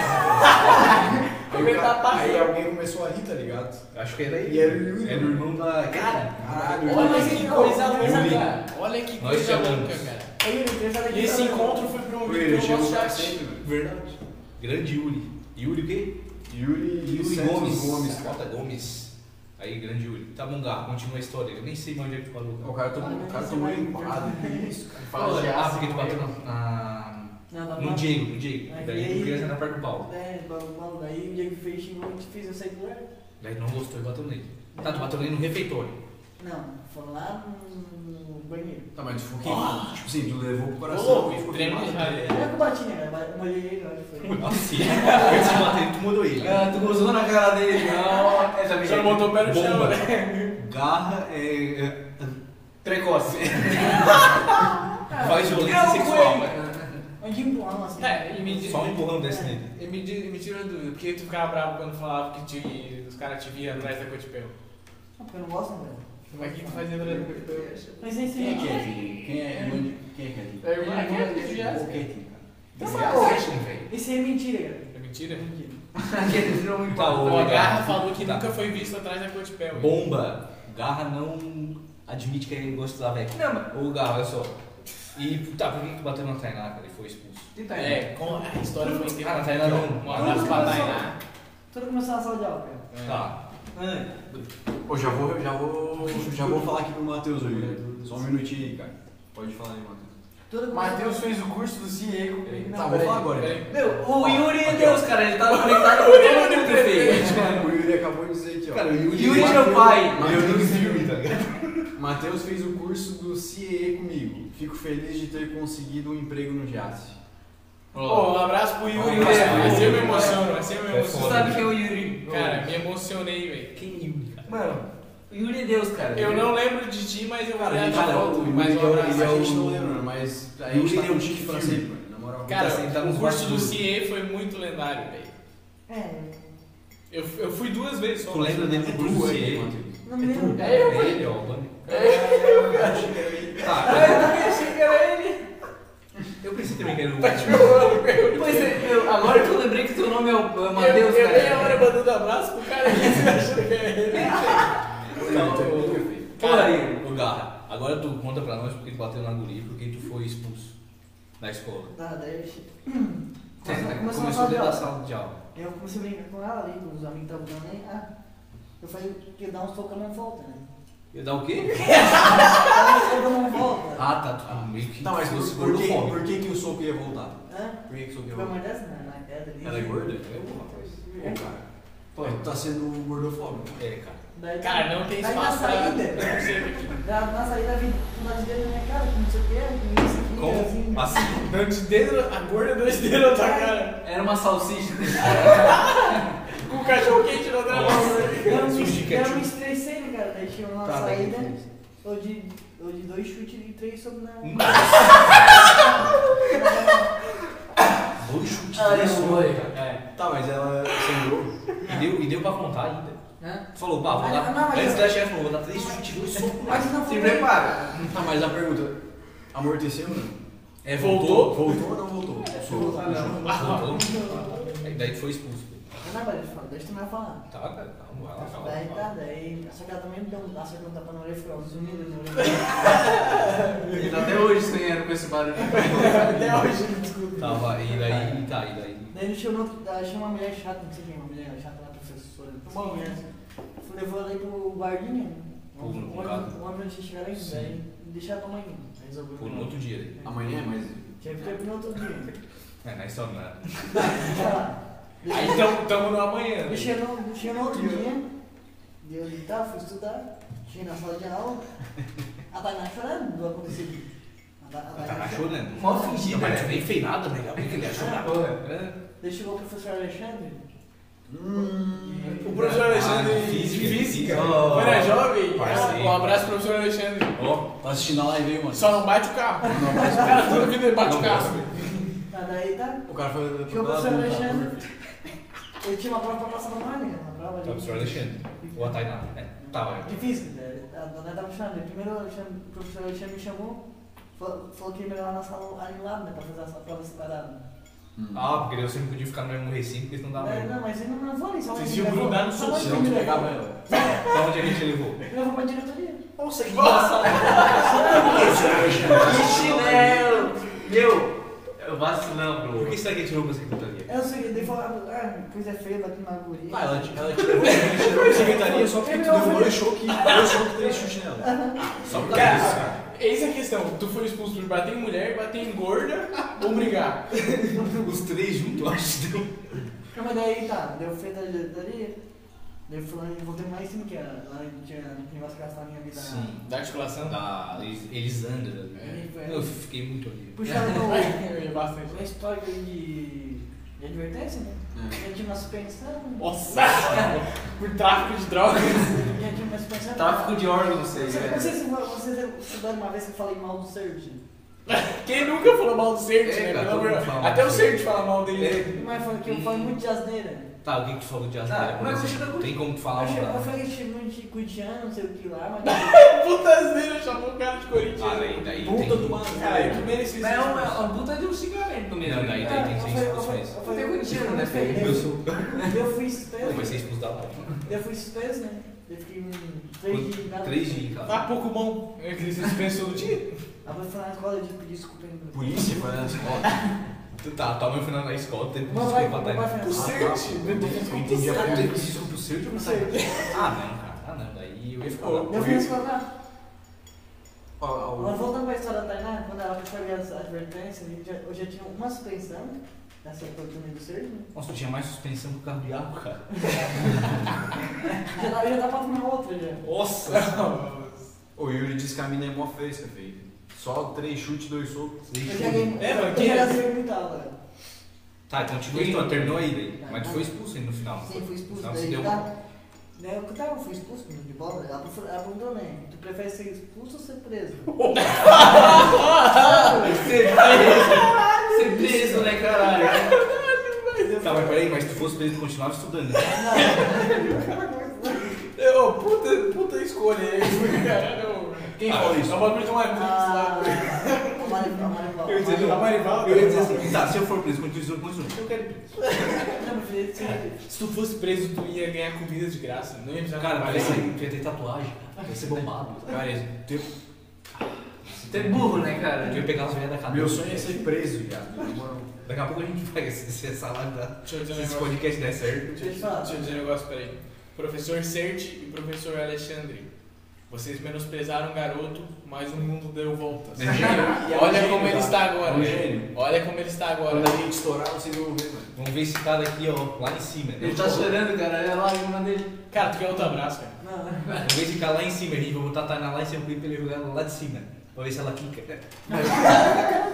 Aí, o cara- aí alguém começou a rir, tá ligado?
Acho que é era ele.
E era o Yuri.
Era o irmão da. Cara!
Caralho,
Olha que coisa
Yuri.
louca. Olha que
Nós
coisa
chamamos.
louca, cara.
Ô, Yuri, criançada aqui.
E esse
tá-
encontro foi
Yuri,
promovido
eu
pelo
chego
nosso
no
chat.
sempre, velho.
Verdade. Grande Yuri. Yuri o quê?
Yuri,
Yuri
Santos
Gomes.
Gomes, cara.
Falta Gomes. Aí, grande Yuri. Tá bom, Garra, continua a história. Eu nem sei mais onde é que tu parou.
O
Cara.
cara tomou, o cara tomou limpado. Que isso, cara?
Fala de
ah,
aço,
porque tu bateu
né?
na, na-
Não, dá
no
pra-
Diego, no Diego.
Mas
Daí
e
tu
aí?
queria sentar perto do pau.
É, mano, mano, daí o Diego fez xingou, te fiz eu sair com ele.
Daí não gostou e bateu nele. Tá, tu bateu nele no refeitório.
Não, foi lá no no banheiro.
Tá, mas tipo, quem? Tipo assim, tu levou pro coração.
louco,
e ficou
treme
queimado,
já,
tá
é.
Não
ligado?
é que eu bati, né, cara? Mas Eu molhei ele, olha, foi.
Nossa, e- Assim, antes de bater ele, tu mudou ele.
Ah, tu gozou na cara dele, não. É, também.
Você não botou o pé no chão,
Bomba.
né?
Garra é. é-
Precoce.
Ah,
Faz
Eu
um
violência
fui.
sexual, velho.
Mas de empurrão, assim.
É, ele me disse.
Só um empurrão desse nele.
Ele me, di- me tirou a dúvida, por que tu ficava bravo quando falava que te- os caras te viam atrás da Cotipel?
Não, porque eu não gosto, né?
Mas o que tu
é
fazia atrás da Cotipel?
Mas nem sei.
Quem é que é Vini? Quem é irmão de- Quem é que é Vini?
É irmão de quem? De Jéssica.
Ou quem, cara?
Não,
Você é fashion, velho.
Isso aí é mentira, cara.
né, É mentira?
Mentira.
Aquele virou um né? muito
Tá,
bom.
O
Ô,
Agarra
Garra.
falou que
Tá.
nunca foi visto atrás da Cotipel.
Bomba. Garra não admite que ele gosta da velha.
Não, mas.
Ô, Garra, olha só. E tá, por que tu bateu na Tainá, cara? Ele foi expulso.
Tenta aí.
É, com a história foi inteira.
Ah, na Tainá não.
Um abraço pra
né?
Tainá.
Tudo começou na sala de aula, cara.
É.
Tá.
Ah,
Ô, já vou, já vou, já vou falar aqui pro Matheus hoje. Só um minutinho aí, cara. Pode falar aí, Matheus.
Tudo começou-
Matheus fez o curso do CIE comigo.
Não,
Tá, vou falar agora.
Peraí.
Meu, o Yuri é Deus, cara. Ele tava conectado com todo mundo, prefeito.
O Yuri acabou de dizer aqui, ó.
Cara, o Yuri-
Yuri é meu pai.
Matheus-
tá ligado?
Matheus fez o curso do CIE comigo. Fico feliz de ter conseguido um emprego no JASI.
Pô, um abraço pro Yuri,
Um abraço pro
velho. Assim eu me
Yuri.
emociono, assim eu me
Foi
Tu
foda.
emociono.
sabe quem é o Yuri?
Cara, me emocionei, velho.
Quem é Yuri, cara?
Mano, o Yuri é Deus, cara.
Eu não lembro de ti, mas eu
Cara,
olhei a
cara,
foto.
o Yuri
Mas
é
um
o-
abraço.
ele é o- a gente não lembra, mas a gente
Yuri
tá
é
com
um
tique pra
filme.
sempre, mano. Na moral.
Cara,
Tá sentado nos
o curso do
bastidores.
CIE foi muito lendário, velho.
É,
Eu, eu fui duas vezes só.
Tu lembra dele do curso do
Tu é,
CIE?
Matheus.
não me lembro.
É ele, ó. o Bani.
É
é
Tá,
Eu também achei que era ele.
eu pensei também que era o
Pois é, eu- agora que eu lembrei que teu nome é o é
Eu,
Matheus,
eu dei
né?
a
cara.
hora mandando abraço pro cara que você achou que é ele.
Não,
Pô, aí.
Ô Garra, agora tu conta pra nós porque tu bateu na guria e porque tu foi expulso da escola.
Tá, daí eu che-
né?
Tá,
começou na
Começou
sala de
dentro da
aula.
sala de aula.
Eu comecei a brincar com ela ali, com os amigos que estavam dando aí. Ah, eu falei que ia dar uns tocando não volta, né?
Ia dar o quê?
Eu não volta.
Ah, tá. Tu meio que
mas
fosse
por, por, que,
gordofóbico.
por que que o soco ia voltar?
Ah.
Hã?
Por que que o soco ia
Foi
voltar?
uma dessas, né? Na queda ali.
Ela é gorda?
É.
Pô, cara. Pô, tu tá sendo gordofóbico.
É, cara.
Daí, tá-
Cara, não tem
daí
espaço
na
pra.
saída.
pra você aqui.
Da, na saída vem nas dedos na minha cara, que não sei o que, que isso aqui, assim.
Como? Assim.
Não te dedo, a gorda deu te dedo na tua cara.
Era uma salsicha.
Com o cachorro quente na outra mão. né?
Eu me-
Sushi
Eu me
ketchup.
estressei, né, cara. Daí tinha uma
um Tá, daí
saída,
que Hum.
eu de, eu de dois chutes e três sobre na.
Dois chutes.
Ah,
dois
eu
socos,
vou.
cara. É.
Tá, mas ela sangrou?
E deu, e deu pra contar ainda.
Hã?
Tu falou, pá, vou
Ah,
dar.
não, mas
antes
eu-
da chefe, falou, vou dar três chutes, dois
É,
socos.
Mas não
Se
foi.
prepara.
Tá, mas a pergunta, amorteceu ou não?
É,
Voltou?
Voltou ou não voltou? Sou.
Voltou. Aí Ah, Daí tu foi expulso.
Eu não parei de falar, deixa eu terminar de falar.
Tá, cara, calma, vai lá, fala.
Daí tá,
fala.
daí. Só que ela também me deu um laço que não tapa na orelha e ficou zunindo na
Eles até hoje sonharam com esse barulho.
Até hoje ele descobriu.
Tá, vai, e daí, tá, e daí.
Daí tinha uma mulher chata, não sei quem, é uma mulher chata lá, professora. Bom, mulher. Fui levou ela aí pro guardinha. né? um
Pô,
Onde
no
onde-
caso.
onde eles chegaram ainda.
Sim.
Daí me deixaram pra amanhã. Aí Resolveu.
Por um outro dia daí.
Amanhã é mais.
Tinha que terminar outro dia.
É, na história não era.
Tá lá.
Aí tamo, Ah, então tamo no amanhã.
Eu cheguei no, cheguei no outro dia. Deu ali, tá, fui estudar. Cheguei na sala de aula. A Tainá chorando do acontecido. A Ta- a
Tá
Tainá chorando.
chorando.
Mó fingida.
Mas nem fez nada, né? Porque ele achou nada.
Daí chegou o professor Alexandre.
O professor Alexandre
Ah,
de
física,
física.
física.
Quando era jovem,
Parceiro.
um abraço pro professor Alexandre.
Ó,
Tá assistindo a live aí, mano.
Só não bate o carro. O cara toda vida ele bate o carro.
Tá, daí tá.
O cara foi. um
Tinha o professor Alexandre. Ele tinha uma prova pra passar na Mária, uma prova
tá,
ali.
professor Alexandre. Ou a Tainá, né? Tá, vai.
Difícil, né? A dona tava me chamando. Primeiro Alexandre- o professor Alexandre me chamou, falou, falou que ia me levar na sala anulada, né? Pra fazer essa prova separada.
Hum.
Ah, porque você não podia ficar no mesmo recinto, porque senão dá
Daí,
merda.
não, mas ele não me levou ali, só
Vocês
me
iam
levou-
grudar no
só
sofá,
me
Se não, tu
levou-
pegava ela.
Pra onde a gente levou?
Me levou pra diretoria.
Nossa, que bosta.
Que chinelo! Meu, eu
vacilão, bro.
Por que será que ele tá tirou você da secretaria?
Eu sei, daí falaram, ah, coisa feia daqui na guria.
Ah, ela, ela tirou a secretaria só porque tu deu um show que deu show que três chutes nela. Só por causa disso, cara.
Cara, eis a questão. Tu foi expulso por bater em mulher, bater em gorda ou brigar?
Os três juntos, eu acho que deu.
Não, mas daí tá, deu feio da diretoria. Daí fulano, eu voltei mais em cima, que era lá tinha um negócio que gastar minha vida.
Da articulação?
Da Elis- Elisandra. né?
É.
Eu fiquei muito ali.
Puxaram no,
Eu ia
no
bastante.
histórico de, de advertência, né? Já tinha uma suspensão.
Nossa! por tráfico de drogas.
Já tinha uma
É.
suspensão.
Tráfico de órgãos, sei.
Não
né?
sei se vocês estudaram uma vez que eu falei mal do Serginho.
Quem nunca falou mal do
É,
Sert, né?
cara,
Pelo amor de
todo mundo
Deus.
fala.
Até o Sert fala mal dele.
É.
Mas foi que eu falo muito de asneira.
Tá, o que que tu falou de
Ah,
asneira?
mas
Mas
eu achei que-
Tem como tu falar
Eu
um
che- eu
pra...
falei que tinha muito de cuidiano, não sei o que lá, mas.
Puta asneira, chamou o cara de
Ah,
corintiano.
daí, daí
Puta
tem-
do mano, cara. Que merecido.
Mas é uma a puta de um cigarro no meio.
Não, daí tem- tem-
Eu
tem
falei- eu falei-
situações.
eu falei-
Tem cuidiano, né, Fê?
Eu-
Eu sou...
Eu fui
Eu
suspenso.
comecei a expulsar da live.
Eu fui suspenso, né? Eu fiquei um, três dias em casa.
Três dias em casa.
Tá pouco bom. É que você dispensou do dia.
Aí eu fui na escola de pedir desculpa ainda.
Polícia foi na escola.
Tu Tá, tua mãe foi na na escola, teve que
Meu pai,
desculpar,
meu pai assim,
tá?
foi
O
na-
Sert, né?
Eu entendi a porra. Teve desculpa o seu de
Não
você.
sei.
Ah, não, cara. Ah, não, daí eu ia ficar...
Ô,
Eu fui na escola lá.
Ó, ó, ó.
Mas voltando pra história da Tainá, quando ela foi as advertências, eu já, eu já tinha uma suspensão nessa oportunidade do Sérgio, né?
Nossa, eu tinha mais suspensão do carro de água, cara.
Já, dá- já dava pra uma outra já.
Nossa!
O Yuri disse que a mina é mó fresca, feio. Só três chutes, dois socos.
Eu já ganhei.
É, mas
eu
quem
já
é?
ganhei muita aula.
Tá, continua aí, tu terminou aí daí. Mas tu foi expulso aí no final. não
Sim,
foi?
fui expulso
Não, se
daí,
deu uma-
tá? Né, eu tava, fui expulso de bola. Ela profe- ela perguntou, né? Tu prefere ser expulso ou ser preso?
Ser preso. Ser preso, né, caralho?
Tá, mas peraí, mas se tu fosse preso, tu continuava estudando. né?
Ah,
Ô, puta, puta escolha aí. Caralho. Quem
Ah,
falou isso?
isso.
É o bagulho de um amigo lá.
Ah, o Marival, o Marival.
Eu ia dizer,
A
não.
Marival.
Eu ia dizer assim, tá, se eu for preso, continua estudando, continua. Eu quero ir preso.
Não, meu filho, sim.
Se tu fosse preso, tu ia ganhar comida de graça. Não ia precisar
Cara,
trabalhar.
parece que tu ia ter tatuagem, cara. Ia ser bombado. Cara,
é
ia- tu ia,
Ser burro, né, cara?
tu ia pegar as velhas da cadeia.
Meu sonho é ser preso, viado. Na moral.
Daqui a pouco a gente vai esse salário da...
Deixa eu
Se
dizer um
esse
negócio.
podcast der certo.
Deixa eu te falar.
Deixa eu dizer um negócio, peraí. Professor Serti e professor Alexandre, vocês menosprezaram o garoto, mas o mundo deu voltas.
É gênio.
um
E olha como ele está agora.
um É um gênio.
Olha como ele está agora.
Quando a gente estourar, vocês vão ver, mano.
Vamos ver esse cara aqui, ó, lá em cima, né?
Ele tá chorando, cara. Olha lá, ele manda ele.
Cara, tu quer outro abraço, cara?
Não,
Vamos ver esse cara lá em cima, a gente vai botar a Tainá lá em cima pra ele jogar ela lá de cima. Pra ver se ela quica.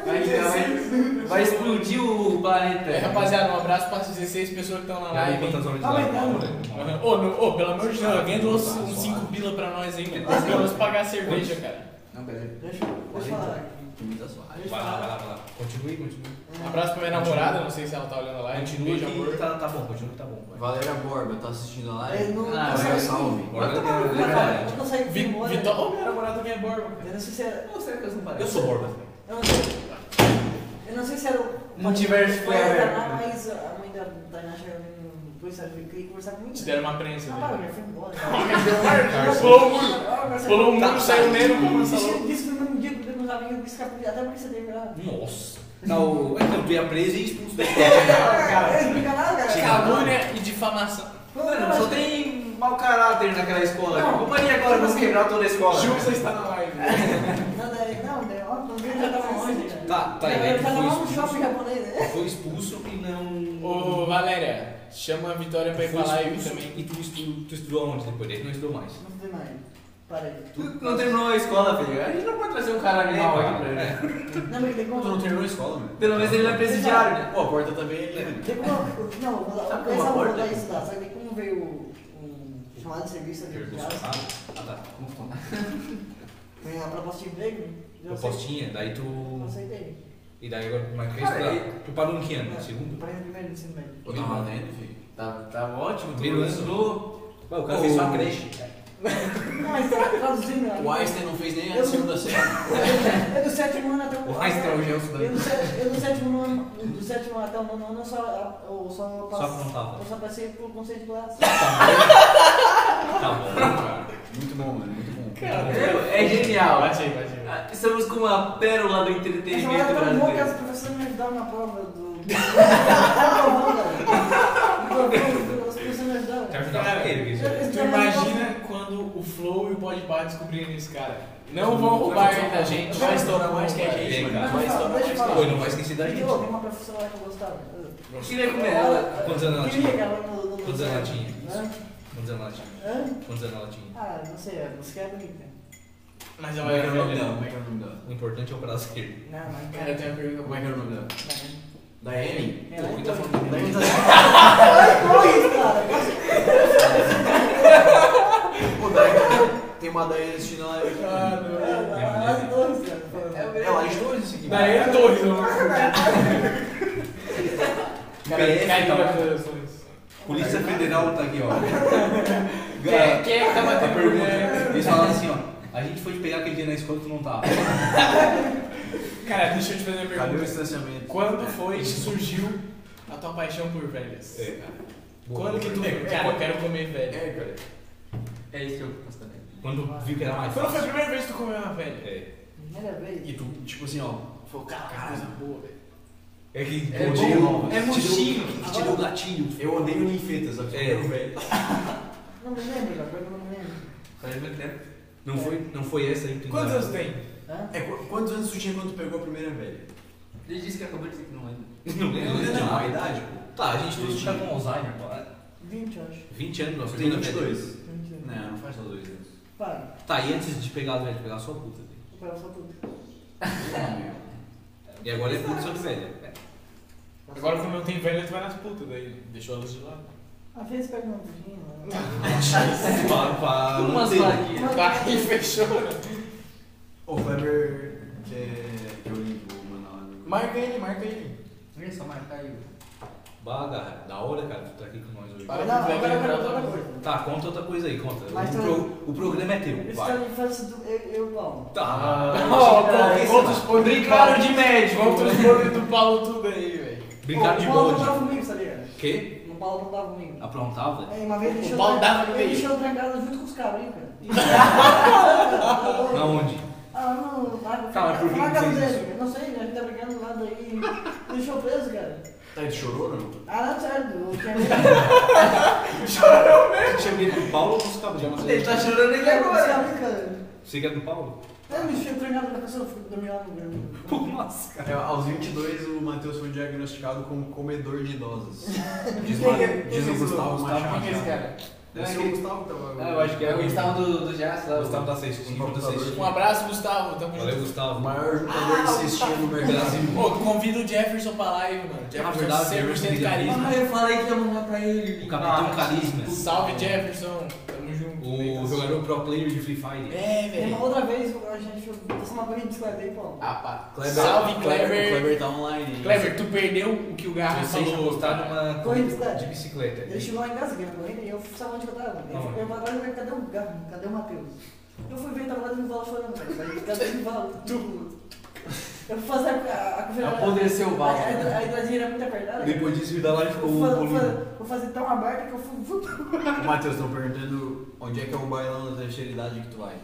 Vai, vai, vai explodir o planeta.
É, rapaziada, um abraço para as 16 pessoas que estão na
Cara,
live. hein?
quantas horas de
Tá
Ah,
live?
mas não.
Aham. Ô, no- ô, pelo amor de Deus, alguém doou uns 5 pila pra nós aí, mano. Pelo menos pagar a cerveja, cara.
Não, peraí.
deixa eu deixa eu falar. É.
Comida só.
Vai lá, vai lá, vai lá. Continue, continue.
Um abraço pra minha namorada, não sei se ela tá olhando lá.
Continua
Beijo, amor.
que tá, tá bom, continua que tá bom. vai.
Valéria Borba, tá assistindo a
Ele
live?
não
Ah, vai,
não saiu.
salve.
Vai
Borba
tomar no cu,
é
cara.
verdade.
Eu não saí
Vi,
de embora.
Vitor, ô, minha namorada minha borba. cara.
Eu não sei se era.
Não sei que eu sou parado.
é Eu sou borba.
Eu não sei. Eu não sei se era o.
Multiverso
foi a
forever.
Tainá, mas a mãe da Tainá chegou em mim depois, sabe? Eu queria conversar comigo.
Te deram uma prensa.
Ah,
né?
tá, já foi embora.
Pulou o muro. Pulou o muro, saiu nele, como
Isso-
falou.
Isso foi um dia que eu não sabia que eu escapei, até porque você teve lá.
Nossa. É, Tá, o... Então, tu ia preso e expulso da
Cara, não fica nada, cara.
Calúnia e difamação.
Mano, só tem mau caráter naquela escola.
Não.
Como ali agora vamos quebrar toda a escola?
Jusa está na live.
Não, daí, não, daí, ó, não vi, já tava longe, cara.
Tá, tá,
Eu
aí,
tava
foi
lá no shopping
expulso.
japonês, né?
Foi expulso e não...
Ô, Valéria, chama a Vitória pra ir
Foi
pra live
expulso
também.
E tu, estu- tu estudou aonde depois dele? Não estudou mais.
Não tem mais. Parei.
Tu não terminou a escola, filho. A gente não pode trazer um cara animal aqui pra ele.
É.
Não, mas tem
Tu
como.
não terminou a escola, mano.
Pelo menos ele
é
vai presidiário, né?
Pô, a porta também é ali, né?
Tem como. Não, vou lá.
Sabe
Essa
como
eu vou
aborda?
dar isso, tá? Sabe tem como veio o- um chamado de serviço aqui
Jair
de casa?
Bolsonaro? Ah, tá. Como foi?
Tem a proposta de emprego? né? Eu
Eu
aceitei.
postinha, daí tu...
Eu aceitei.
E daí agora, como é que é
Cara,
estudar? Tu parou em que ano? Segundo? tipo,
Parei no primeiro ensino médio.
tá
Ou tava lendo, filho?
Tava, tava ótimo, tu
Beleza.
estudou.
Ué, o cara fez só a creche.
Não, mas tá traduzindo.
O Einstein não fez nem a segunda série.
É do sétimo ano até o
O Einstein é o Gelson da
Eu do, sé- eu do sétimo ano, do sétimo até o nono ano eu só, eu só,
Só
passe-
aprontava.
eu só passei por conceito de classe.
Tá bom.
Muito bom, mano, muito bom.
Meu, é genial.
Bate aí, bate aí.
Ah, Estamos com
é
uma pérola do
Essa
entretenimento
hora é tão boa que as
brasileiro.
professoras me ajudaram na prova do... As professoras me ajudaram.
Te ajudar pra quê? Porque
Eles
Tu
me ajudaram.
imagina quando o Flow e o Podpah descobrirem esse cara. Não vão roubar da gente.
Vai estourar mais que a
gente, mano.
Vai estourar mais que a
Pô, não vai esquecer da gente.
Eu ouvi uma professora lá que eu gostava.
Eu Queria comer ela.
Quantos anos ela
Queria que
tinha?
ela no... no-
Quantos anos ela tinha?
Hã?
Quantos anos ela tinha?
Hã?
Quantos anos ela tinha?
Ah, não sei, a música é bonita.
Mas
Como
ela
é que
era
era o nome
velha
dela? Como é
também.
que era o nome dela?
O importante é o prazer.
Não, mas...
Cara, eu tenho uma pergunta
Como é que era o nome dela? Daiane?
É,
Pô,
lá
quem
em
tá
Torres.
falando
Lá em
bonito?
Torres. Olha isso, cara.
Pô, Daiane. Tem uma Daiane assistindo lá.
Ah, não.
Lá em Torres, cara.
É lá de dois esse aqui.
Daiane Torres, não.
PS,
Cara, Torres.
Polícia Federal tá aqui, ó.
Cara,
Quem é que tá
A
batendo
pergunta. Eles falaram assim, ó. A gente foi te pegar aquele dia na escola e tu não tava.
É,
Cara, deixa eu te fazer uma
Cadê o
pergunta.
distanciamento?
Quando foi que surgiu a tua paixão por velhas?
É, cara.
Quando que tu
É,
viu? Cara, eu quero comer velha.
cara.
É isso que eu faço também.
Quando viu que era mais
Quando foi a
fácil.
primeira vez que tu comeu uma velha?
É.
Primeira vez.
E tu, tipo assim, ó. Falou, cara, coisa boa, velho.
É que.
É
pô,
bom.
tinha-
É mochinho.
Que te deu o gatilho.
Eu odeio ninfetas, sabe?
É.
velho.
Não me lembro, agora eu não me lembro.
Faz muito tempo.
Não foi, não foi essa aí que
Quantos anos tem?
Hã?
É, qu- quantos anos tu tinha quando tu pegou a primeira velha?
Ele disse que acabou de dizer que não lembra.
Não
Não, é
lembro de
não, a
nada.
idade, pô.
Tá, a gente todos tá com Alzheimer, pô.
20, eu acho.
20 anos, nossa,
Tu tem
primeira vez.
22.
20 anos.
Não, não faz só dois anos.
Para,
Tá, e antes de pegar a velha, pegar só a puta. velho.
eu quero só tudo.
E agora é puta só de velha.
Agora como não tem velha, tu vai nas putas daí. Deixou elas de lado.
Às vezes pega um vinho, né?
Para, para.
Umas
manter.
vaguinhas.
Aí fechou, né?
O Kleber, que é. que eu limpo, mano. lá
Marca ele, marca ele.
Olha só, marcar aí.
Bah, garra, da hora, cara, tu tá aqui com nós hoje.
Para
Não,
que o
agora
Kleber
eu quero
lembrar
outra
outra
coisa.
Tá, conta outra coisa aí, conta.
Mas
o,
tá-
pro- o programa é teu,
Isso tá
vai.
na infância do. Eu, eu Paulo.
Tá,
Outros podres
Brincaram de médico.
Contra os podres do Paulo tudo aí, velho.
brincaram de
O Paulo não
bode.
dava comigo, sabia?
Quê?
O Paulo não dava comigo.
Aprontava?
É, uma vez deixou
O Paulo dava
ele
comigo.
deixou eu trancado junto com os cabos, hein, cara?
Na onde?
Ah, não, tá.
Tá, mas por que
Fala
que
a casa
fez
dele. Eu Não sei, né? Ele tá brigando do lado aí. Deixou preso, cara.
no- Tá, ele chorou ou não?
Ah, não, sério. Eu tinha medo.
Você tinha medo do Paulo ou dos cabos? Já não sei.
Ele tá chorando aqui
Eu tinha
agora.
medo, né, cara.
Você que é do Paulo?
Eu me tinha treinado na pessoa, eu fui dormir lá no grande.
Nossa, cara.
É, aos 22, o Matheus foi diagnosticado como comedor de idosos. Diz,
Quem
Ma-
que é- quem
diz o
que é esse
Gustavo Machado.
Quem é esse cara?
Deve ser o Gustavo que tava.
Ah, eu acho que é
É o
o
Gustavo do, do Jazz lá.
Gustavo tá da Cestinha.
Gustavo da
Um
Cestinha.
abraço, Gustavo. Tamo
Valeu,
É
junto.
O
Gustavo.
maior juntador de cestinha no mercado.
Pô, convida o Jefferson pra live, mano. Jefferson,
verdade,
100%
Jefferson.
carisma.
Ah, eu falei que ia mandar pra ele.
O Capitão
Ah,
Carisma.
Salve, Jefferson. Tamo junto.
O jogador pro player de Free Fire.
É,
Tem uma
velho.
outra vez, a gente passou uma corrida de bicicleta aí, pô.
Ah, pá.
Kleber-
Salve,
O
Kleber.
Kleber tá online. hein?
Kleber, tu perdeu o que o Garra
Vocês tinham
falou.
gostado de
cara.
uma
Corrida
corrida
de bicicleta.
de bicicleta.
Ele chegou lá em casa ganhando corrida e eu sabia onde que eu tava. Ele
Não.
ficou pra trás e falei, cadê o Garro? Cadê o Matheus? Eu fui ver, ele tava lá dentro do vala chorando, velho. Falei, Cadê o vala? Eu fui fazer a, a, a conferência.
Apodreceu o
A-
balde.
a- A idade era muito apertada. cara.
Depois disso, o da live ficou
Vou
o
fazer, vou,
Bolívar.
fazer, vou fazer tão aberta que eu fui. fui-
O Matheus, estão perguntando onde é que é o bailão da terceira idade que tu vai.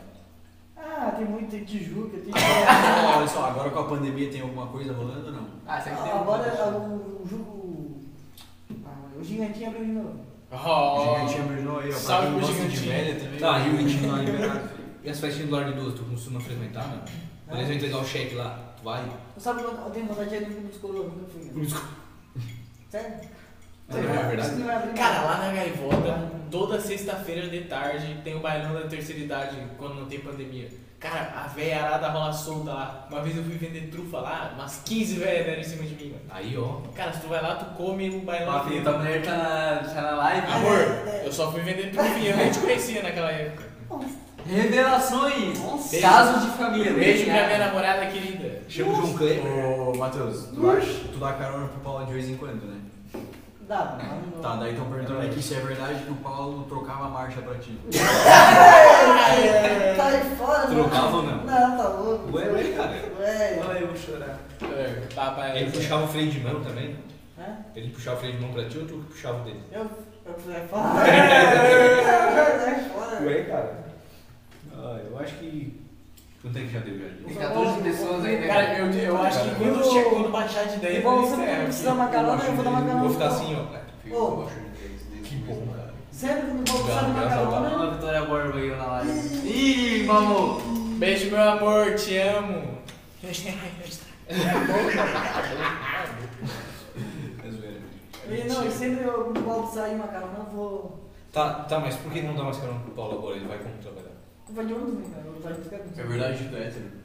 Ah, tem muito, tem Tijuca, tem.
Ah, Olha só, agora com a pandemia tem alguma coisa rolando ou não?
Ah, será que tem
Ah,
um-
Agora o, o jogo. Ah, o Gigantinho abriu de novo.
O
Oh.
Gigantinho abrinou aí, ó. Pra
Salve
quem
pro
gosta de
Gigantinho.
velha também.
Tá, e o
Gigantinho
é
tá liberado.
E as festinhas do Largo 12, tu costuma frequentar, mano? Quando eles vão entregar o cheque lá, tu vai?
Eu sabe quando eu tenho vontade de ir no clube dos colonos, nunca fui. né? Sério?
É verdade.
Isso não vai abrir,
Cara,
não.
lá na Gaivota, toda sexta-feira de tarde tem o bailão da terceira idade, quando não tem pandemia. Cara, a véia arada rola solta lá. Uma vez eu fui vender trufa lá, umas 15 velhas deram em cima de mim, mano.
Aí, ó.
Cara, se tu vai lá, tu come um
É
bailão.
Ah, filho, tua mulher tá na, tá na live.
Amor, eu só fui vender trufinha, eu nem te conhecia naquela época.
Revelações.
Nossa.
Casos de família.
Beijo pra minha namorada querida.
Chama o João Kleber.
Ô, Matheus, tu, acha, tu dá carona pro Paulo de vez em quando, né?
Dá, mas não.
Tá, daí estão perguntando aqui se é verdade que o Paulo trocava a marcha pra ti.
Tá aí fora, mano.
Trocava ou não?
Não, tá louco.
Ué, ué, cara.
Ué.
eu vou chorar.
É, Tá, pai.
Ele puxava o freio de mão também?
Hã?
Ele puxava o freio de mão pra ti ou tu que puxava o dele?
Eu. Eu fui fora. Sai fora.
É, Ué, cara. Ah, eu acho que. Quanto é que já deu, velho?
Tem 14 pessoas ainda.
né, Cara, eu, eu acho que quando, che- quando baixar de 10,
Eu vou- você
eles erram,
precisa
filho.
dar uma carona, eu vou dar uma carona.
Vou ficar assim, ó. cara.
Fica com baixo de três desde o
Que
começo,
bom,
cara.
Sério, quando eu vou
Dá,
usar uma
dá,
carona.
Uma
né?
vitória Borba aí na live. Ih, vamos!
Beijo, meu amor, te amo.
É zoeira.
E não, e sempre eu volto sair uma carona, eu vou.
Tá, tá, mas por que não dá mais carona pro Paulo agora? Ele vai como trabalhar?
Vai de ônibus, né, cara? Eu vou de bicicleta.
É verdade que tu é hétero.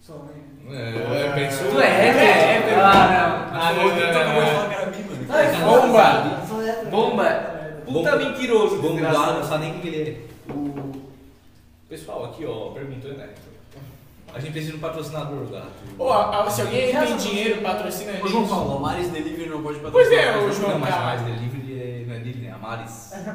Só, né?
É, pensou?
Tu é hétero?
É,
Ah,
Ah, não, não, não, não.
Sai fora.
Bomba!
Eu sou hétero.
Bomba!
Puta mentiroso, Vamos
desgraçado.
lá, não sabe nem quem ele é.
O...
Pessoal, aqui ó, perguntou, né? A gente precisa de um patrocinador, gato.
Ô, a- a- se alguém tem dinheiro, patrocina a
Ô,
gente.
João Paulo, Maris Delivery não pode
Pois é,
patrocinar.
ô,
mas-
João,
Não, mas
cara.
mais delivery é- não é dele, né? A Maris.
Acho que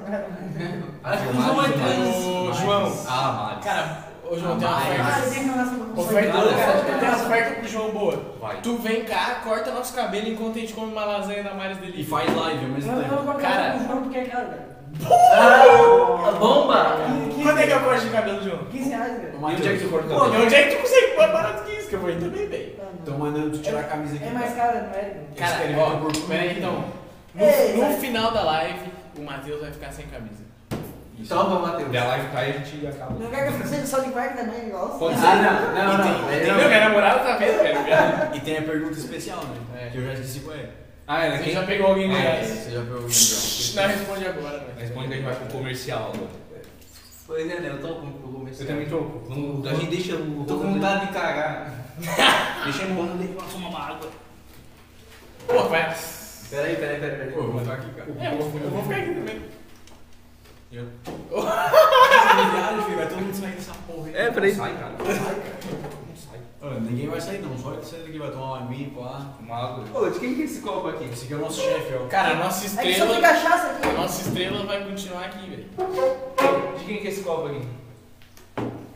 Maris,
o João é
Maris.
Ô, João.
Ah, Maris.
Cara, ô, João, tem uma
Cara,
oferta.
tem que mandar essa-
Oferta,
Cara,
cara, tipo, tem uma oferta pro João boa.
Vai.
Tu vem cá, corta nosso cabelo enquanto a gente come uma lasanha da Maris
E
Delivery.
faz live ao mesmo
Eu não
tempo.
vou
Cara.
colocar o João porque é caro, cara.
Ah, bomba!
Quanto é que eu corte de cabelo, João?
15 reais, cara.
Ô,
E
Matheus,
onde é que tu corta o
Pô,
cabelo?
onde é que tu consegue mais barato que isso? Que eu vou entender bem.
Ah, não.
Estão mandando tu tirar a camisa Então, aqui. tá-
É mais caro, não é?
Cara,
Experimenta
ó,
por-
peraí, então.
Ei,
No, no
vai-
final da live, o Matheus vai ficar sem camisa.
Toma, Matheus.
Daí a live cai e a gente acaba.
Não quer que eu seja só de guarda, né? Igual.
Pode
Ah,
ser.
não, não, não.
Entendeu? Minha namorada tá vendo, cara.
E tem a pergunta especial, né?
É.
Que eu já esqueci qual é.
Ah, ela
Você
quem?
já pegou alguém legais.
Você já pegou o João.
Não responde agora, velho.
Responde que a gente vai pro comercial agora.
Pois é, né? Eu tô com o começo.
Eu também tô. Vamos, a gente deixa o.
Tô com vontade de cagar.
Deixa o Ronald aí, nossa, uma água.
Pô, vai.
Peraí, peraí, peraí. peraí.
Pô, eu vou estar aqui, cara.
É, eu vou, eu vou ficar aqui também.
Milhares, filho, vai todo mundo sair dessa porra.
É, peraí. Sai, cara. Sai, cara. Não sai.
Ô, ninguém vai sair não, só ele sair daqui vai tomar uma aguinha, pá.
Uma água.
Pô, de quem que é esse copo aqui?
Esse aqui é o nosso chefe, ó.
Cara, a nossa
É que só tem
estrela.
cachaça
A
aqui.
nossa estrela vai continuar aqui, velho.
De quem que é esse copo aqui?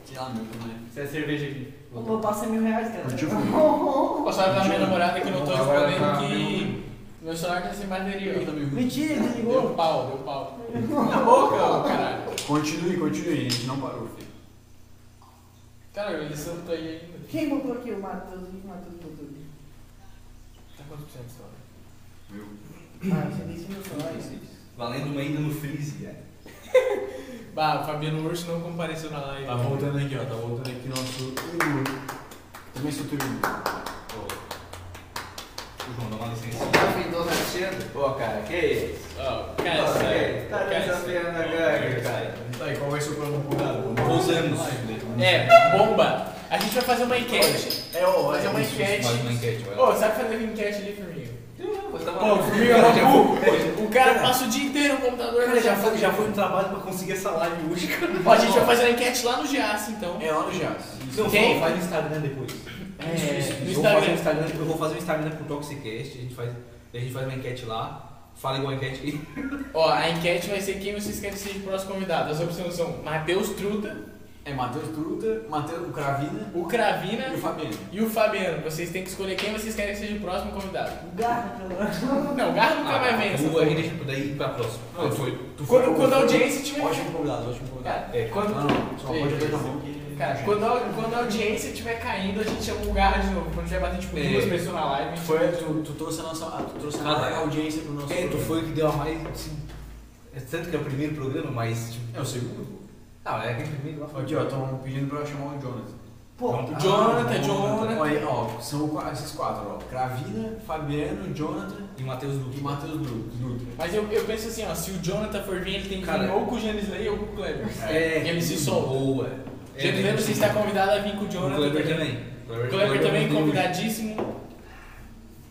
Sei lá, meu, como é.
Isso é cerveja aqui.
Eu vou passar mil reais, cara.
Curtiu?
Posso falar pra minha namorada que eu não tô
Agora
respondendo
tá
que meu celular tá sem bateria.
Tá me ouvindo?
Mentira, ele
Deu
ligou.
pau, deu pau. Na boca, ó, caralho.
Continue, continue, a gente não parou, filho.
Cara, eles são tô aí ainda.
Quem botou aqui o Matheus? O que o Matheus botou aqui?
Tá quanto por cento só? velho?
Meu.
Ah, você disse meu celular.
Valendo uma ainda no freeze, cara.
Bah, o Fabiano Urso não compareceu na live.
Tá voltando aqui, ó. Tá voltando aqui nosso Igor. Também sou teu Igor.
Ô, João, dá uma licença.
Tá feitou rachando? Pô, cara, que isso?
Ó,
Pô,
cara,
que-
sério.
Tá
Cara,
desafiando a
sério.
gangue, cara.
Tá aí, qual vai ser o plano mudado?
Pousamos.
É, bomba. A gente vai fazer uma enquete. É, ó, fazer uma enquete.
Faz uma enquete, vai
Ô,
lá.
sabe fazer enquete ali, Firmino?
Pô, tá
Ô,
maluco.
Firmino, é maluco. O cara passa o dia inteiro no computador.
Cara, já foi, já foi um trabalho pra conseguir essa live hoje, cara.
Ó, a gente vai fazer uma enquete lá no Giasse, então.
É lá no Jazz.
Não,
Quem?
Quem? faz no Instagram depois.
É, no
eu, vou fazer um
Instagram.
Instagram eu vou fazer um Instagram com o Toxicast, a gente faz, a gente faz uma enquete lá, fala igual a enquete aí.
Ó, a enquete vai ser quem vocês querem ser de próximo convidado. As opções são Matheus Truta,
É Matheus Truta, Matheus, o Cravina
o Cravina
e o Fabiano.
e o Fabiano. Vocês têm que escolher quem vocês querem que seja o próximo convidado.
Garra, pelo
Não, o Garra nunca vai
Ah,
vencer.
o- a gente deixa daí pra próxima.
Não,
Não, foi.
Tu
Quando-
foi-
quando a audiência tiver-
Ótimo convidado, ótimo convidado.
Cara,
É,
quando,
Não, não, só
Ei,
pode ver na
esse-
mão que.
Cara, quando a, quando a audiência estiver caindo, a gente chama o Garra de novo. Quando tiver bater tipo
É.
duas pessoas na live, a gente
Foi, tu, tu trouxe a nossa. ah, Tu trouxe a
Cara,
maior audiência pro nosso.
É, tu
programa.
foi o que deu a mais. assim, é tanto que é o primeiro programa, mas. Tipo,
É o segundo?
não, é aquele primeiro lá. foi.
Aqui, ó, estão pedindo pra eu chamar o Jonas.
Pô,
Não,
O Jonathan,
ah,
Jonathan.
Ó, aí, ó, são qua- esses quatro, ó. Cravina, Fabiano, Jonathan
E o Matheus
e
Duque.
Matheus Dutra. Dutra.
Mas eu, eu penso assim, ó, se o Jonathan for vir, ele tem que
Cara,
vir ou com o Janis Lay ou com o Kleber.
É,
Ele se solta.
Boa. É,
Janis Lay,
tem-
você está tá convidado a vir com o
O
Jonathan.
Kleber também.
O Kleber também, é
tem-
convidadíssimo.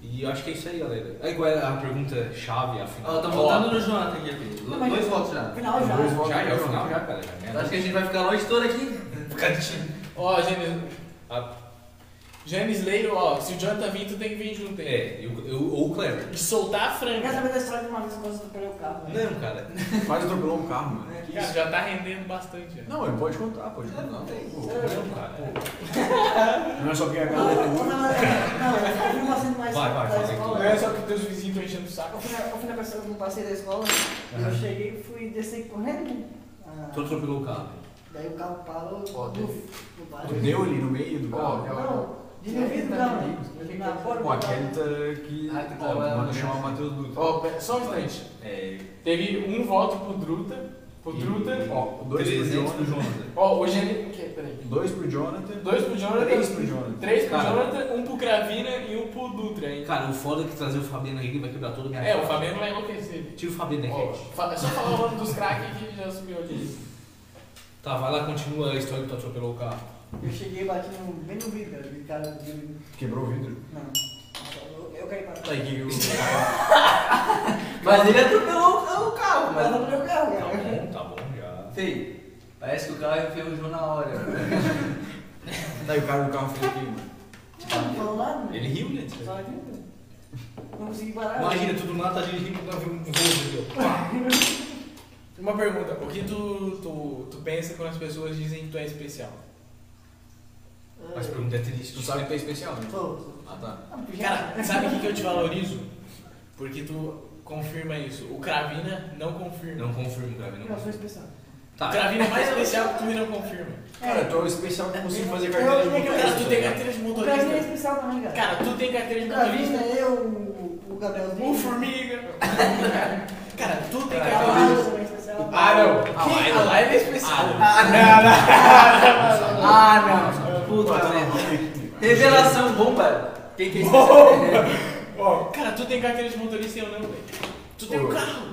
E eu acho que é isso aí, galera. Aí qual é a pergunta chave, afinal?
Ó, tá voltando no Jonathan aqui, filho.
Não, mas-
Dois votos já.
Final já.
Dois votos.
Já, já é o final, já, cara. Já,
Acho que a gente vai ficar a noite toda aqui.
Ficar de time.
Ó, Janis,
A-
James Slater, ó, se o Jonathan vir, tu tem que vir junto, hein?
É, eu, eu, ou o Kleber.
E soltar a
Quer
franga.
saber da história de uma vez que eu comprei o carro? né?
Não, cara.
Quase atropelou um carro, mano. Que
Cara,
isso?
já tá rendendo bastante, né?
Não, ele pode contar, pode contar. Não,
Não, cara.
é só porque a
Não,
galera é
não, não,
boa.
não, eu fui uma cena mais
Vai, vai,
da
faz aí,
escola.
Não é só que teus vizinhos estão enchendo o saco.
Eu fui na- eu fui na pessoa que eu passei da escola, eu cheguei e fui descer correndo. né? Ah,
Então,
Tu atropelou o carro.
daí o carro parou
Ó,
do, do
Tu
barulho.
deu ali no meio do
Ó,
carro.
Não, de
Kelly
ouvido
tá
não,
comigo.
na porta.
Pô, aquele tá que.
Ah, tu
Ó,
tava-
é.
manda chamar o Matheus Dutra.
Ó, pe- só um instante.
É.
Teve um voto pro Druta. Pro Druta.
Ó, dois pro
300 pro
Jonathan.
Jonathan.
Ó, hoje ele. O quê? Peraí.
Dois pro Jonathan.
Dois pro Jonathan.
Três pro Jonathan.
Três pro
Cara.
Jonathan, um pro Cravina e um pro Dutra, hein?
Cara, o foda é que trazer o Fabiano aqui vai quebrar toda a minha
É, o
cara.
Fabiano vai enlouquecer.
Tira o Fabiano da
Ó,
rede.
fa- é só falar o nome dos craques que já subiu aqui.
Tá, vai lá, continua a história que tu atropelou o carro.
Eu cheguei e bati no, bem no vidro, aquele cara do vidro.
Quebrou o vidro.
Não, eu, eu caí para
Tá aí, que
Mas ele é- atropelou o carro, o carro,
Mas não
mas...
deu carro,
Tá
cara.
bom, tá bom, já.
Fih, parece que o carro enferrujou na hora.
Tá aí, o cara do carro fez aqui, mano.
Não falou nada, né?
Ele riu, né?
Só que Não consegui parar.
Imagina, tu do nada tá dirigindo pra ver um voo aqui, ó. Pá.
Uma pergunta, o que tu, tu, tu pensa quando as pessoas dizem que tu é especial?
Mas a pergunta é triste.
Tu sabe que tu é especial, né?
Pô,
Ah, tá.
Cara, sabe o que, que eu te valorizo? Porque tu confirma isso. O Cravina não confirma.
Não confirmo, cara. Não
eu sou
confirmo.
especial.
O
Tá,
Cravina é mais especial que tu e não confirma.
Cara, tu é o especial que consigo fazer
Eu-
carteira de
eu- eu-
motorista.
Cara, tu tem carteira de
O Cravinho é
motorista.
especial também, cara.
Cara, tu tem carteira de
Cravinho
motorista.
é eu, o o Gabrielzinho.
O Formiga. Cara, tu tem
O
carteira de
Paulo também é especial.
Ah, não.
Ah,
Quem?
mas-
Ah, lá ele é especial.
Ah, não. Puta
é
merda. Revelação, bomba. Quem que é isso?
Ó, cara, tu tem carteira de motorista e eu não, velho. Tu tem um
Ô.
carro.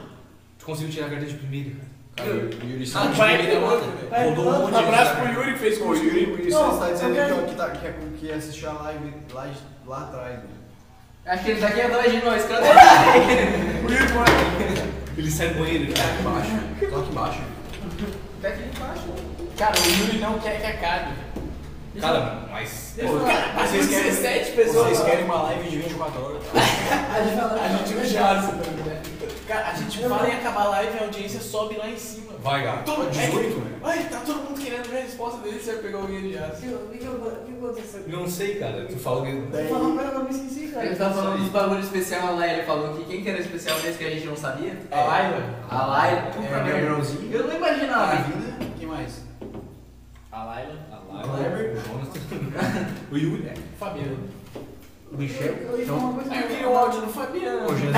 tu conseguiu tirar a carteira de primeiro, cara.
Cara, o Yuri
Ah,
Santos.
vai,
Primeiro é
vai,
outra,
vai.
velho. Rodou um monte
Um
de
abraço
cara.
pro Yuri que fez
Pô, o Yuri, o Yuri
Não,
Santos tá dizendo
eu
aqui, ó,
quero-
que, tá, que, é- que assistiu a live lá, lá atrás, né?
Acho que ele tá aqui atrás de nós. Cadê ele?
Ele sai do banheiro, cara.
Aqui embaixo. Tô aqui embaixo.
Tá aqui embaixo.
Cara, o Yuri não quer que acabe.
Cara, mas.
Pô,
Cara, mas
vocês
com
querem-
17
Vocês
pessoas.
querem uma live de 24 horas?
A gente fala-
A gente viaja. Cara, a gente fala em acabar a live e a audiência sobe lá em cima.
Vai,
tá
gato.
Todo- é
Pô, 18, né?
Ai, tá todo mundo querendo ver a resposta dele se vai pegar alguém de
O
jazz.
que- o que que eu- o que aconteceu?
Não sei, cara. Tu falou que.
Falou uma coisa que eu me esqueci, cara.
Ele tá falando dos bagulhos especial lá. Ele falou que quem que era especial mesmo que a gente não sabia?
A Laila?
A Laila.
É,
Puta merda.
Gabrielzinho.
Eu não imaginava.
Cravina. Quem mais?
A Laila?
A
Kleber.
o Jonathan. O
É.
Yuri.
O Fabiano.
O
Eu- eu- eu ia
Então.
falar uma coisa
Aí eu
que-
queria o áudio do Fabiano.
Pô, Jesus.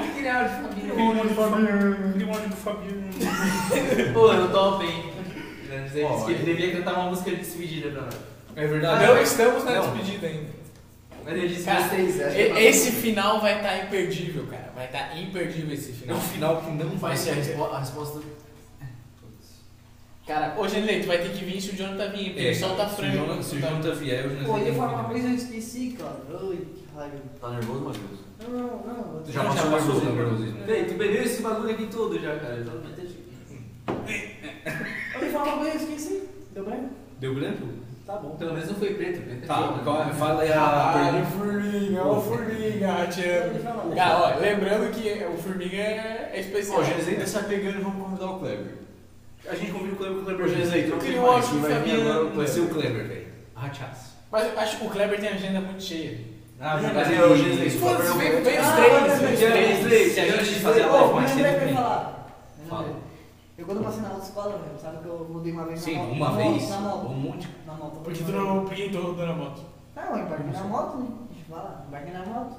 Que criado de família.
um
Fabiano. O áudio do Fabiano.
Pô, eu top, hein? Antes ele
Ó,
disse que ele
aí.
devia cantar uma música de despedida pra nós.
É verdade.
Não estamos na
Não.
despedida ainda.
Mas ele disse
Cara,
vocês, acho que-
E- Esse final vai estar imperdível, cara. Vai estar imperdível esse
É
final.
um final que não vai
Vai ser é a,
ser.
respo a resposta.
Cara, ô Genley, tu vai ter que vir se o tá Jonathan vir,
É,
porque ele
tá
solta a
É, se o Jonathan- Se o
franja.
Jonathan vier, eu já
Pô, eu ia
sei
falar
como
uma
é.
coisa que eu esqueci, cara. Ai, que raiva.
Tá nervoso, Matheus?
Não, não, não. eu-
Já
Não,
passou né, o
passou
nervosismo.
o nervosismo.
Véi, né, tu bebeu esse bagulho aqui todo já, cara. Então, mas deixa aqui.
Eu ia falar uma coisa que eu esqueci. Deu branco?
Deu branco?
Tá bom.
Pelo menos não foi preto, preto é
Tá,
fogo,
qual-
né?
fala aí
Ah,
Caralho,
a.
é
Formiga, ô É Formiga, te
Eu ia
amo.
falar.
Cara, ó, lembrando que o Formiga é especial.
Ó, o Genezei tá se apegando vamos convidar o Kleber.
A gente combina o Kleber com o
Ô,
Kleber.
Genezei,
Eu
troca
queria
ele
um
o
mais,
áudio
quem
do
vai vir agora é o
Fabiano.
Vai ser
Kleber.
o Kleber, velho. Rachaço.
Mas eu acho que o Kleber tem a agenda muito cheia.
Ah,
mas é o Genezei, se o Kleber não
Foda-se, vem
vier-
vem os
Ah,
três, vem os
Genezei,
três.
Se a gente fazer a live
Ô,
mais
mas
cedo
lembrei pra
também.
falar.
Fala.
Eu quando passei na autoescola, velho, sabe que eu mudei uma vez
Sim,
na moto?
uma
Na
vez,
moto, Na moto.
um monte.
Na moto.
Porque tu não porque tu rodou na moto.
Não, eu embarquei na moto, né? Deixa eu falar, embarquei na moto.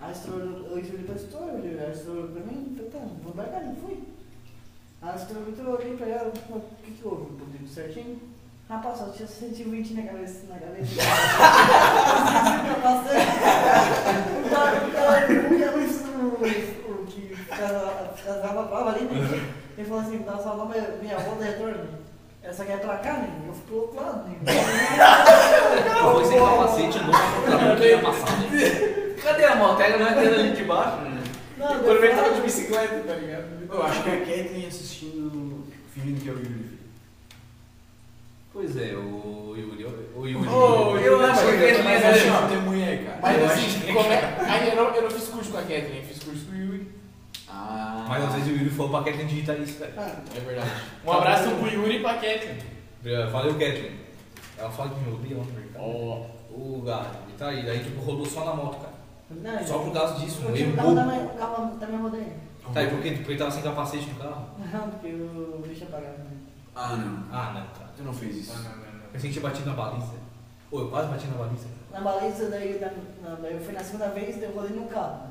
Aí estourou, eu olhei pra estoura, ela estourou pra mim, falei, tá, vou embarcar, não fui. Aí estourou, eu olhei pra ela, pô, o que que houve? Um pouquinho certinho. Rapaz, só tinha 120 na cabeça, na cabeça. O que casava prova ali, né? Ele falou assim, dá só nova minha tá volta retorno. Essa aqui é pra cá, né? Eu fui pro outro lado, né?
Foi sem
assim, tipo,
capacete, não vai
Cadê?
ia passar, né?
Cadê a moto? Ela não é aquela ali de baixo, né?
Não,
Quando vem
depois-
tava de bicicleta, tá ligado?
Eu acho que a Kathleen assistindo fingindo que é o Yuri.
Pois é, o Yuri. O o Yuri.
Ô,
Eu acho que
Mas
fez
eu acho Oh, que é
mesmo.
testemunha aí, cara.
Mas
Eu
assim, como é. Aí eu não, eu não fiz curso com a Kathleen, eu fiz curso com o Yuri.
Ah,
Mas às vezes o Yuri falou pra Kathleen digitar isso, velho.
Ah,
É verdade. Um abraço pro Yuri e pra Kathleen.
Valeu, Kathleen. Ela fala que me odeia lá no mercado.
Ó.
O gato, e tá aí. Daí, tipo, rodou só na moto, cara.
Não,
Só por causa disso, um
o
erro
time
bobo.
carro também, o carro também rodei.
Tá, e por quê? Porque ele tava sem capacete no carro?
Não, porque o bicho apagava. né?
Ah, não.
Ah, não, cara.
Tu não fez isso.
Pensei que tinha batido na baliza. Pô, eu quase bati na baliza.
Na baliza, daí, na, na, daí eu fui na segunda vez, daí eu rodei no carro.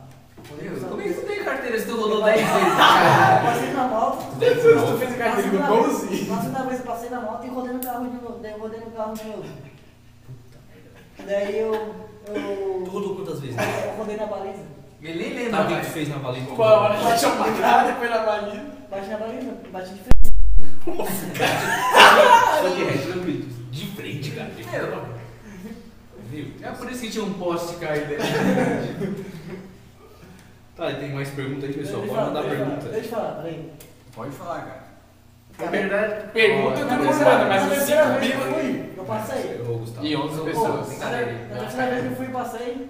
Rodei no
Meu,
carro.
Como é que você tem carteira se tu rodou 10 vezes, cara?
Eu Passei na moto.
Jesus, tu fez a carteira do
Na segunda
Bozo?
vez- Na segunda vez eu passei na moto e rodei no carro de novo. Daí eu rodei no carro de novo. Daí eu.
Tu
Eu,
rodou quantas vezes? Né?
eu rodei na baliza.
Ele nem lembra
Tá, o que que
mais.
tu fez na baliza?
Pô, a hora que ela tinha apagado, depois na baliza.
Bati na baliza, bati de frente.
Só que retira o vídeo. De frente, cara. De frente.
Meu,
Viu?
é por isso que tinha um poste caído ali.
Tá, e tem mais pergunta aí, pessoal?
Deixa eu
Pode mandar
falar,
pergunta.
Deixa eu falar, peraí.
Pode falar, cara.
Na
Cara,
verdade, pergunta
Ó,
eu
na
tô
terceira-
manda, mas
na
os
terceira
cinco
vez que eu
mil.
fui, Eu passei.
Eu vou, Gustavo.
E 11
Pô,
pessoas.
na terceira vez que eu fui e passei.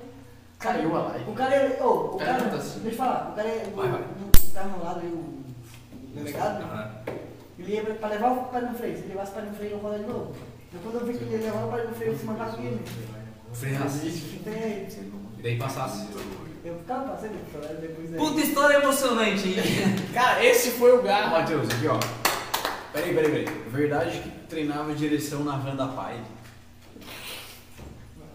Caiu a live.
O cara, ele, ô, o
Cara,
cara,
tá assim.
deixa eu falar, o cara, ele,
Vai, vai.
tá no lado aí, o
tá
delegado,
Aham.
ele ia pra- pra levar o pé no freio, se ele levasse o pé no freio, eu rolar de novo. Então quando eu vi que ele levava o pé no freio, eu se macaco ele.
Freasse.
Daí,
E daí passasse.
eu ficava passando, eu falava depois é. daí.
Puta história emocionante, hein?
Cara, esse foi o
Ô,
garro.
Matheus, aqui ó. Peraí, peraí, peraí. Verdade que treinava direção na van da pai.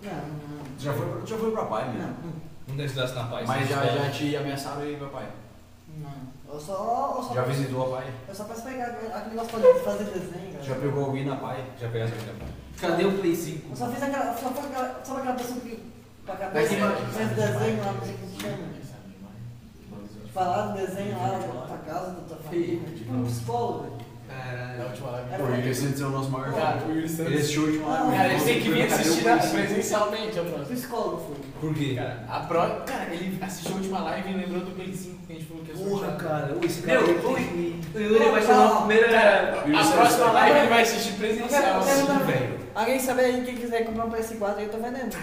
Não, não,
Tu já foi, pra- tu já foi pra pai, né?
não, não,
Não deve estudar Um na paz.
Mas
se
já,
estudar-
já te ameaçaram aí, meu pai.
não. Eu só, eu só,
Já visitou a pai?
eu só posso pegar aquele negócio de fazer desenho, cara.
Já pegou alguém na pai?
Já pegasse a minha
Cadê o Play 5?
Eu só fiz aquela, só foi aquela, só aquela pessoa que, pra cabeça,
Daqui pra-
fez desenho lá, não sei o que se chama. Falar do desenho lá da tua casa, da tua família. Tipo um psicólogo.
Na
Caralho.
última live.
É
Pô, o Yuri Santos é o nosso maior
É, Cara,
fã.
o Yuri
Ele é
Santos.
assistiu o último lá.
Cara, eles têm que vir
Cadê o
assistir
Yuri
na-
Santos?
presencialmente a próxima.
Psicólogo foi.
Por quê?
Cara, a pró... cara, ele assistiu a última live e lembrou do Play 5 que a gente falou que ia
Porra,
sortear.
cara. é Ô, esse cara.
Meu,
ele tem
ui.
que-
O Yuri vai chamar a primeira.
Cara,
Yuri
a
Santos.
próxima live ele vai assistir
Eu quero-
presencial.
eu quero
Sim,
dar-
velho.
Alguém sabe aí, quem quiser comprar um PS4 aí, eu tô vendendo.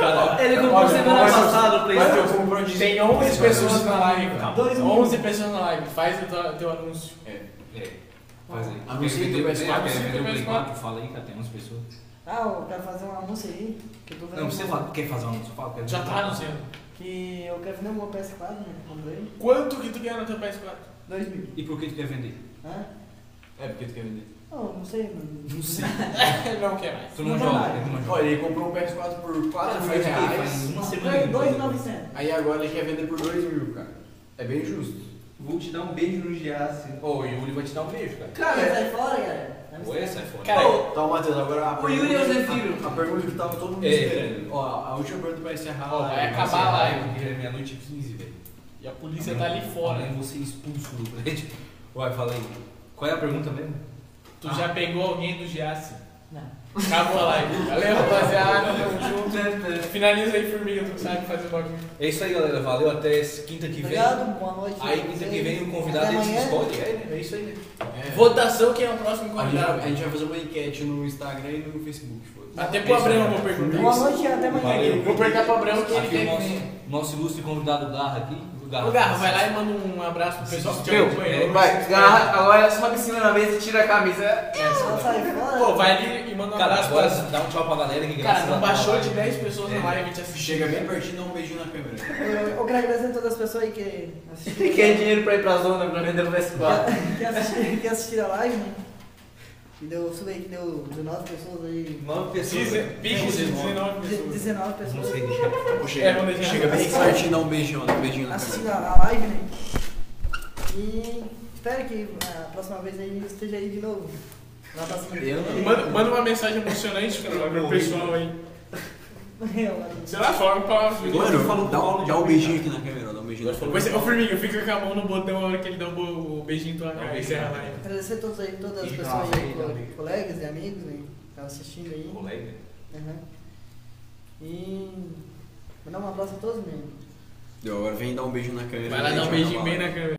Cara,
Ele comprou semana passada o Play
Mas
5.
eu comprou de...
Tem 11 pessoas na live, cara.
Dois
11 pessoas na live. Faz o teu, teu anúncio.
é, Faz aí.
Anuncia aí teu
Tem- tem-
PS4,
tem-
anuncia
tem-
teu
tem-
PS4.
tem- Fala aí, cara, tem umas pessoas.
Ah, eu quero fazer um anúncio aí. Que eu tô vendendo.
Não, você fala, quer fazer um sofá?
Já tá anunciando.
Que eu quero vender um meu PS4, né? Comprei.
Quanto que tu ganha no teu PS4?
2 mil.
E por que tu quer vender?
Hã?
É, porque tu quer vender.
Não, não sei, mano.
Não sei.
não quer mais.
Tu não,
Não dá
joga,
mais.
tu não joga.
Olha, ele comprou um PS4 por 4 mil
Faz o quê? Faz
reais.
uma semana.
Foi
que-
2,900.
Aí agora ele quer vender por 2 mil, cara. É bem justo.
Vou te dar um beijo no Giasse.
Ô, o Yuri vai te dar um beijo, cara.
Quer
Cara,
sair fora, galera?
Tá
Dá
Ou é,
licença.
sai fora.
Cara,
Então, Matheus, agora a
O Yuri
pergunta-
é o Zefiro.
A, a pergunta que tava todo mundo
É,
esperando. Ó, a última pergunta pra encerrar.
Ó,
lá,
vai
né?
acabar
Vai ser
a live.
rápido, porque é meia-noite e 15, velho.
E a polícia tá ali fora.
Amanhã você expulso do prédio. Ué, fala aí. Qual é a pergunta mesmo?
Tu já pegou alguém do Giassi?
Não.
Acabou a live. Valeu, rapaziada. Tamo junto. Finaliza aí, formiga. Tu sabe fazer o bagulho.
É isso aí, galera. Valeu até quinta que vem.
Obrigado, boa Tá noite.
Aí quinta que vem o convidado
Até
ele se
amanhã.
escolhe. É, né? é isso aí, né?
É.
Votação quem é o próximo
A gente, vai,
convidado.
a gente vai fazer uma enquete no Instagram e no Facebook. foda-se.
Até pro Abrão eu vou perguntar.
Boa noite e até amanhã.
Valeu.
Vou perguntar pro Abrão que ele
Aqui o
tem que
nosso,
vir.
nosso ilustre convidado Garra aqui. O Garra, tá
Ô, Garra, vai lá e manda um abraço pro pessoal que te
Meu,
acompanhou.
vai, garra, agora sobe em cima da mesa e tira a camisa.
Só sai fora.
Pô, vai ali e manda um
Cara,
abraço
agora
pra...
dá um tchau pra galera que
Cara,
graças a
não
Deus, É.
baixou
vai.
de 10 pessoas na live é te assistindo.
É. Chega bem pertinho e dá um beijinho na câmera.
Eu, eu quero agradecer a todas as pessoas aí que
Ele
assistiram.
é
quer dinheiro pra ir pra zona pra vender o PS4.
que, assistiram, que assistiram a live, né? Que deu, eu subi aí que deu 19 pessoas aí.
Nove pessoas.
né?
Deze- Picos de 19
de-
pessoas.
19
É, Não
pessoas
sei deixar.
Ô,
É, vamos
Chega,
deixar.
chega bem pertinho e dá um beijinho, dá um beijinho na
Assim,
assistindo
câmera.
a live, né? E espero que a próxima vez aí esteja aí de novo. Na próxima
Eu não.
Manda, manda uma mensagem emocionante
Tá
pra, pro pessoal aí.
Eu, mano.
Sei lá, fala uma palavra.
Mano, dá um, dá um beijinho aqui na câmera, dá um beijinho na câmera.
Vai ser, ô Firmino, fica com a mão no botão a hora que ele dá o bo- o beijinho em tua cara e encerra a live.
Agradecer a todos aí, todas as
E
pessoas
nós
aí,
aí também.
co- colegas e amigos, né? Que estavam assistindo aí.
Colega.
Aham. E mandar um abraço a todos mesmo.
Deu, agora vem dar um beijo na câmera.
Vai lá dar um
Tchau,
beijinho
tchau,
bem na câmera.